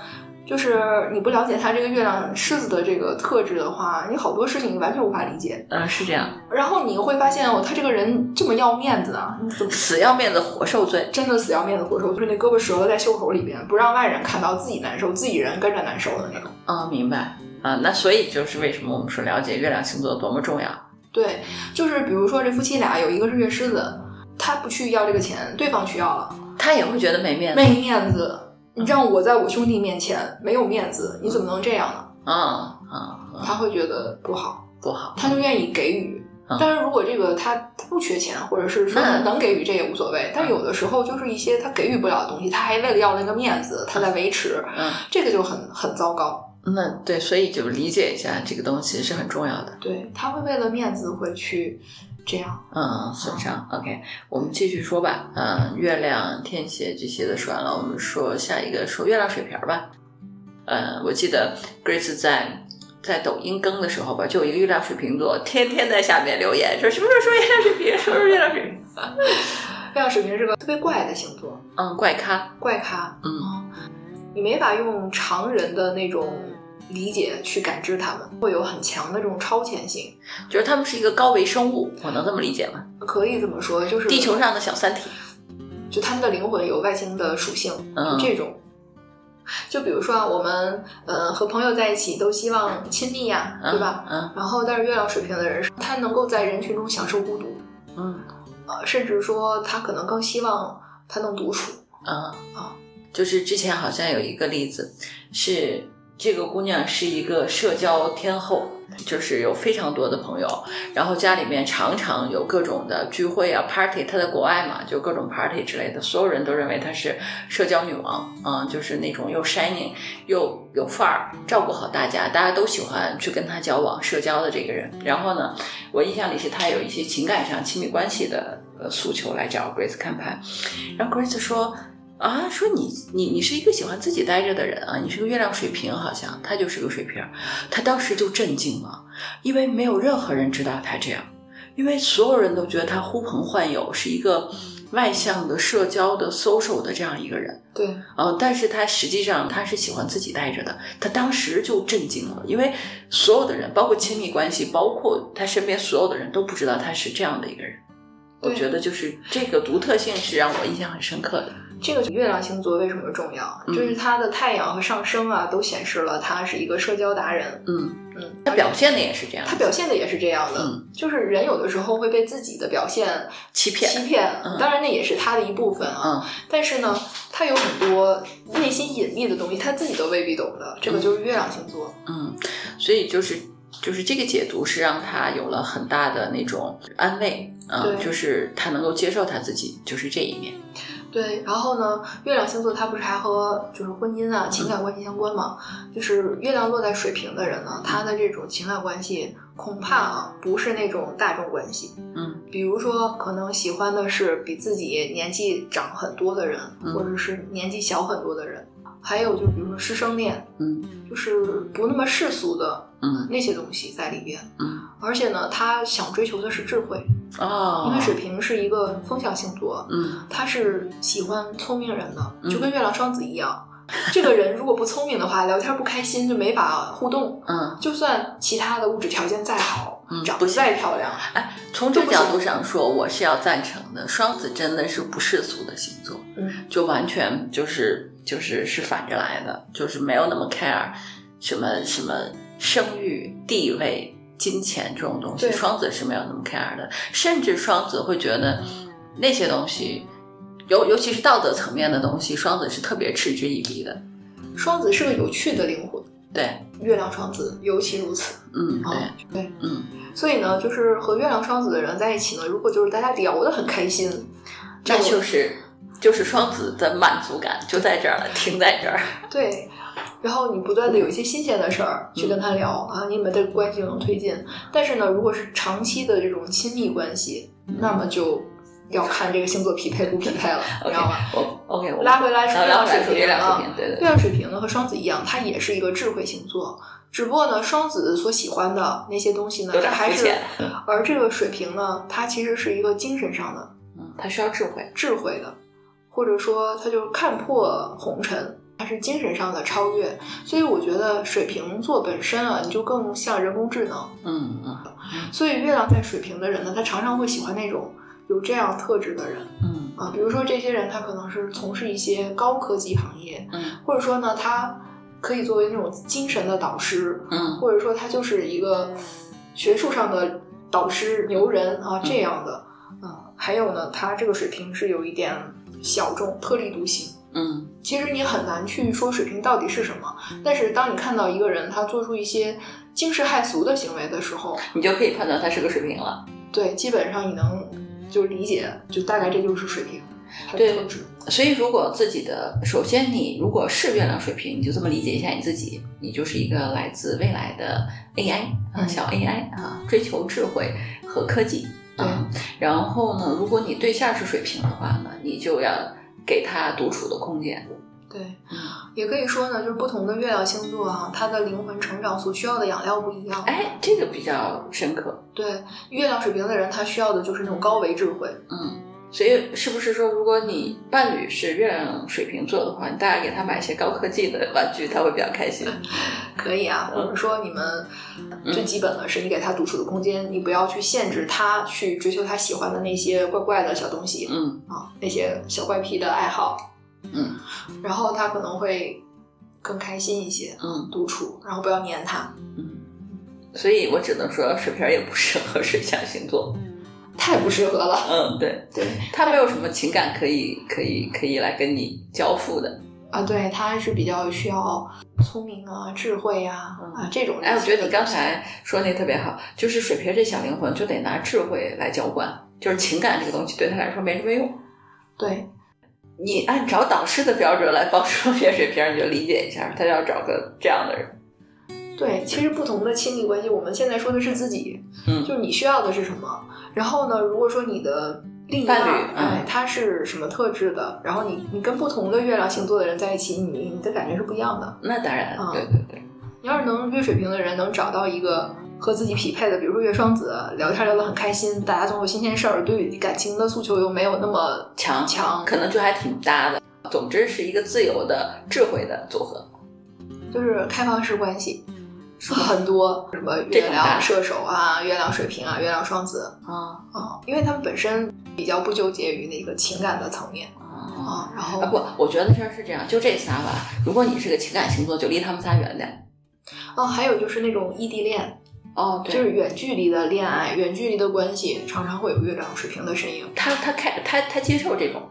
Speaker 2: 就是你不了解他这个月亮狮子的这个特质的话，你好多事情你完全无法理解。
Speaker 1: 嗯，是这样，
Speaker 2: 然后你会发现哦，他这个人这么要面子啊，你怎么
Speaker 1: 死要面子活受罪。
Speaker 2: 真的死要面子活受，就是那胳膊折了在袖口里边，不让外人看到，自己难受，自己人跟着难受的那种。
Speaker 1: 啊、明白啊，那所以就是为什么我们说了解月亮星座多么重要。
Speaker 2: 对，就是比如说这夫妻俩有一个是月狮子，他不去要这个钱，对方去要了，
Speaker 1: 他也会觉得没面子。
Speaker 2: 没面子。你让我在我兄弟面前没有面子，你怎么能这样呢？
Speaker 1: 啊啊、
Speaker 2: 他会觉得不好，
Speaker 1: 不好。
Speaker 2: 他就愿意给予
Speaker 1: 嗯。
Speaker 2: 但是如果这个他他不缺钱，或者是说
Speaker 1: 那嗯
Speaker 2: 他能给予，这也无所谓。但有的时候就是一些他给予不了的东西，他还为了要那个面子，他在维持，
Speaker 1: 嗯，
Speaker 2: 这个就很很糟糕。
Speaker 1: 那对，所以就理解一下这个东西是很重要的。
Speaker 2: 对，他会为了面子会去这样。
Speaker 1: 嗯，损伤。OK，我们继续说吧。嗯，月亮、天蝎、巨蟹的说完了，我们说下一个说月亮水瓶儿吧。嗯，我记得 Grace 在在抖音更的时候吧，就有一个月亮水瓶座天天在下面留言说什么时候说月亮水瓶，什么时候月亮水瓶。
Speaker 2: 月亮水瓶是个特别怪的星座，
Speaker 1: 嗯，怪咖。
Speaker 2: 怪咖，啊
Speaker 1: 嗯
Speaker 2: 你没法用常人的那种理解去感知他们，会有很强的这种超前性。
Speaker 1: 就是他们是一个高维生物，我能这么理解吗？
Speaker 2: 可以这么说，就是
Speaker 1: 地球上的小三体。
Speaker 2: 就他们的灵魂有外星的属性，
Speaker 1: 嗯
Speaker 2: 这种。就比如说啊，我们呃和朋友在一起都希望亲密呀、
Speaker 1: 嗯
Speaker 2: 对吧？？
Speaker 1: 嗯
Speaker 2: 然后，但是月亮水平的人，他能够在人群中享受孤独，
Speaker 1: 嗯
Speaker 2: 呃，甚至说他可能更希望他能独处。
Speaker 1: 啊
Speaker 2: 啊
Speaker 1: 就是之前好像有一个例子，是这个姑娘是一个社交天后，就是有非常多的朋友，然后家里面常常有各种的聚会啊、party，她在国外嘛，就各种 party 之类的，所有人都认为她是社交女王，嗯，就是那种又 shining 又有范儿，照顾好大家，大家都喜欢去跟她交往、社交的这个人。然后呢，我印象里是她有一些情感上、亲密关系的呃诉求来找 Grace 看盘，然后 Grace 说。啊，说你你你是一个喜欢自己待着的人啊，你是个月亮水瓶，好像他就是个水瓶，他当时就震惊了，因为没有任何人知道他这样，因为所有人都觉得他呼朋唤友，是一个外向的、社交的、social 的这样一个人。
Speaker 2: 对，
Speaker 1: 呃，但是他实际上他是喜欢自己待着的，他当时就震惊了，因为所有的人，包括亲密关系，包括他身边所有的人都不知道他是这样的一个人。我
Speaker 2: 对
Speaker 1: 觉得就是这个独特性是让我印象很深刻的。
Speaker 2: 这个月亮星座为什么重要？
Speaker 1: 嗯
Speaker 2: 就是他的太阳和上升啊，都显示了他是一个社交达人。
Speaker 1: 嗯，
Speaker 2: 嗯，
Speaker 1: 他表现的也是这样，
Speaker 2: 他表现的也是这样的，
Speaker 1: 嗯
Speaker 2: 就是人有的时候会被自己的表现
Speaker 1: 欺骗
Speaker 2: 欺骗，
Speaker 1: 嗯
Speaker 2: 当然那也是他的一部分啊。
Speaker 1: 嗯
Speaker 2: 但是呢，他有很多内心隐秘的东西，他自己都未必懂的。这个就是月亮星座，
Speaker 1: 嗯，所以就是就是这个解读是让他有了很大的那种安慰啊、
Speaker 2: 对
Speaker 1: 就是他能够接受他自己，就是这一面。
Speaker 2: 对。然后呢，月亮星座它不是还和就是婚姻啊、情感关系相关吗？就是月亮落在水瓶的人呢，他的这种情感关系恐怕啊不是那种大众关系，
Speaker 1: 嗯
Speaker 2: 比如说，可能喜欢的是比自己年纪长很多的人，
Speaker 1: 嗯
Speaker 2: 或者是年纪小很多的人。还有就比如说师生恋，
Speaker 1: 嗯
Speaker 2: 就是不那么世俗的
Speaker 1: 嗯
Speaker 2: 那些东西在里边。
Speaker 1: 嗯
Speaker 2: 而且呢，他想追求的是智慧，
Speaker 1: 哦，
Speaker 2: 因为水瓶是一个风象星座，
Speaker 1: 嗯
Speaker 2: 他是喜欢聪明人的，
Speaker 1: 嗯
Speaker 2: 就跟月亮双子一样。这个人如果不聪明的话，聊天不开心就没法互动。
Speaker 1: 嗯，
Speaker 2: 就算其他的物质条件再好
Speaker 1: 嗯，
Speaker 2: 长
Speaker 1: 不
Speaker 2: 得
Speaker 1: 行
Speaker 2: 再漂亮，
Speaker 1: 哎，从这个角度上说，我是要赞成的。双子真的是不世俗的星座，
Speaker 2: 嗯，
Speaker 1: 就完全就是就是是反着来的，就是没有那么 care 什么什么生育、地位、金钱这种东西。
Speaker 2: 对
Speaker 1: 双子是没有那么 care 的，甚至双子会觉得那些东西，尤尤其是道德层面的东西，双子是特别嗤之以鼻的。
Speaker 2: 双子是个有趣的灵魂。
Speaker 1: 对，
Speaker 2: 月亮双子尤其如此。
Speaker 1: 嗯，
Speaker 2: 哦
Speaker 1: 对，
Speaker 2: 对，
Speaker 1: 嗯
Speaker 2: 所以呢，就是和月亮双子的人在一起呢，如果就是大家聊得很开心，
Speaker 1: 那
Speaker 2: 这
Speaker 1: 就
Speaker 2: 个
Speaker 1: 是就是双子的满足感就在这儿了，停在这儿。
Speaker 2: 对。然后你不断的有一些新鲜的事儿去跟
Speaker 1: 嗯
Speaker 2: 他聊、啊，你们的关系能推进。但是呢，如果是长期的这种亲密关系，那么就要看这个星座匹配不匹配了，你
Speaker 1: OK，
Speaker 2: 知道吗？
Speaker 1: 我 OK，我
Speaker 2: 拉回来说
Speaker 1: 拉拉
Speaker 2: 月亮
Speaker 1: 回来
Speaker 2: 水
Speaker 1: 说月
Speaker 2: 瓶
Speaker 1: 亮水
Speaker 2: 啊，
Speaker 1: 瓶，对
Speaker 2: 月
Speaker 1: 对，
Speaker 2: 亮水瓶呢和双子一样，它也是一个智慧星座，只不过呢，双子所喜欢的那些东西呢
Speaker 1: 有，点
Speaker 2: 它还
Speaker 1: 肤
Speaker 2: 是
Speaker 1: 浅，
Speaker 2: 而这个水平呢，它其实是一个精神上的、
Speaker 1: 嗯，他需要智慧，
Speaker 2: 智慧的，或者说他就看破红尘，它是精神上的超越。所以我觉得水瓶座本身啊，你就更像人工智能。
Speaker 1: 嗯嗯
Speaker 2: 所以月亮在水瓶的人呢，他常常会喜欢那种有这样特质的人
Speaker 1: 嗯
Speaker 2: 啊，比如说这些人他可能是从事一些高科技行业，
Speaker 1: 嗯
Speaker 2: 或者说呢，他可以作为那种精神的导师，
Speaker 1: 嗯
Speaker 2: 或者说他就是一个学术上的导师牛人啊这样的。嗯，还有呢，他这个水平是有一点小众、特立独行。
Speaker 1: 嗯
Speaker 2: 其实你很难去说水平到底是什么，但是当你看到一个人他做出一些惊世骇俗的行为的时候，
Speaker 1: 你就可以判断他是个水瓶了。
Speaker 2: 对，基本上你能就理解，就大概这就是水平，它的
Speaker 1: 对
Speaker 2: 特质。
Speaker 1: 所以，如果自己的，首先你如果是月亮水瓶，你就这么理解一下你自己，你就是一个来自未来的 AI 啊，
Speaker 2: 嗯
Speaker 1: 小 AI 啊，追求智慧和科技。
Speaker 2: 对
Speaker 1: 嗯，然后呢，如果你对象是水瓶的话呢，你就要给他独处的空间。
Speaker 2: 对，
Speaker 1: 嗯，
Speaker 2: 也可以说呢，就是不同的月亮星座哈、它的灵魂成长所需要的养料不一样。
Speaker 1: 哎，这个比较深刻。
Speaker 2: 对，月亮水平的人，他需要的就是那种高维智慧。
Speaker 1: 嗯，所以是不是说，如果你伴侣是月亮水瓶座的话，你大家给他买一些高科技的玩具，他会比较开心。
Speaker 2: 可以啊，
Speaker 1: 嗯
Speaker 2: 我是说你们最基本的是你给他独处的空间，你不要去限制他去追求他喜欢的那些怪怪的小东西
Speaker 1: 嗯
Speaker 2: 啊，那些小怪癖的爱好，
Speaker 1: 嗯
Speaker 2: 然后他可能会更开心一些，
Speaker 1: 嗯。
Speaker 2: 独处，然后不要黏他，
Speaker 1: 嗯，所以我只能说水瓶儿也不适合水象星座。
Speaker 2: 太不适合了。
Speaker 1: 嗯，对，
Speaker 2: 对
Speaker 1: 他没有什么情感可以可以可以来跟你交付的。
Speaker 2: 啊，对，他是比较需要聪明啊、智慧啊、
Speaker 1: 嗯
Speaker 2: 啊这种。
Speaker 1: 哎，我觉得你刚才说那特别好，就是水瓶儿这小灵魂就得拿智慧来浇灌，就是情感这个东西对他来说没什么用。
Speaker 2: 对
Speaker 1: 你按找导师的标准来帮助别水瓶儿，你就理解一下，他要找个这样的人。
Speaker 2: 对，其实不同的亲密关系，我们现在说的是自己，
Speaker 1: 嗯
Speaker 2: 就是你需要的是什么。然后呢，如果说你的另一
Speaker 1: 伴
Speaker 2: 半
Speaker 1: 侣嗯
Speaker 2: 儿哎，他是什么特质的，然后你你跟不同的月亮星座的人在一起，你你的感觉是不一样的。
Speaker 1: 那当然，
Speaker 2: 嗯
Speaker 1: 对对对，
Speaker 2: 你要是能月水瓶的人能找到一个和自己匹配的，比如说月双子，聊天聊得很开心，大家总有新鲜事儿，对感情的诉求又没有那么
Speaker 1: 强
Speaker 2: 强，
Speaker 1: 可能就还挺搭的。总之是一个自由的、智慧的组合。
Speaker 2: 就是开放式关系。
Speaker 1: 是吧
Speaker 2: 很多什么
Speaker 1: 这
Speaker 2: 月
Speaker 1: 种大
Speaker 2: 亮射手啊、月亮水瓶啊、月亮双子
Speaker 1: 啊
Speaker 2: 啊、因为他们本身比较不纠结于那个情感的层面
Speaker 1: 啊
Speaker 2: 啊、然后
Speaker 1: 啊不，我觉得这儿是这样，就这仨吧。如果你是个情感星座，就离他们仨远点。
Speaker 2: 哦，还有就是那种异地恋，
Speaker 1: 哦，
Speaker 2: 就
Speaker 1: 就是
Speaker 2: 是远距离的恋爱、远距离的关系，常常会有月亮水瓶的身影。
Speaker 1: 他他开他他接受这种，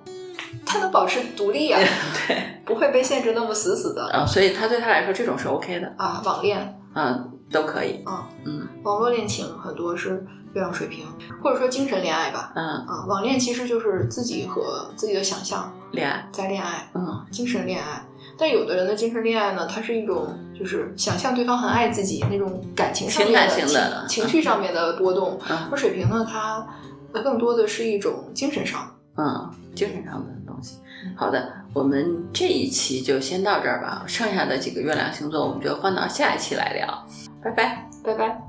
Speaker 2: 他能保持独立啊，
Speaker 1: 对
Speaker 2: 不会被限制那么死死的
Speaker 1: 啊，所以他对他来说这种是 OK 的，
Speaker 2: 啊。网恋、
Speaker 1: 嗯，都可以，嗯
Speaker 2: 网络恋情很多是月亮水瓶，或者说精神恋爱吧。
Speaker 1: 嗯，
Speaker 2: 啊，网恋其实就是自己和自己的想象
Speaker 1: 恋爱，
Speaker 2: 在恋爱。
Speaker 1: 嗯
Speaker 2: 精神恋爱。但有的人的精神恋爱呢，它是一种就是想象对方很爱自己那种感情上面的
Speaker 1: 情感型的
Speaker 2: 情情绪上面的波动。
Speaker 1: 嗯
Speaker 2: 而水瓶呢，它呃更多的是一种精神上的。
Speaker 1: 嗯，精神上的东西
Speaker 2: 嗯。
Speaker 1: 好的，我们这一期就先到这儿吧，剩下的几个月亮星座我们就放到下一期来聊，拜拜。
Speaker 2: 拜拜。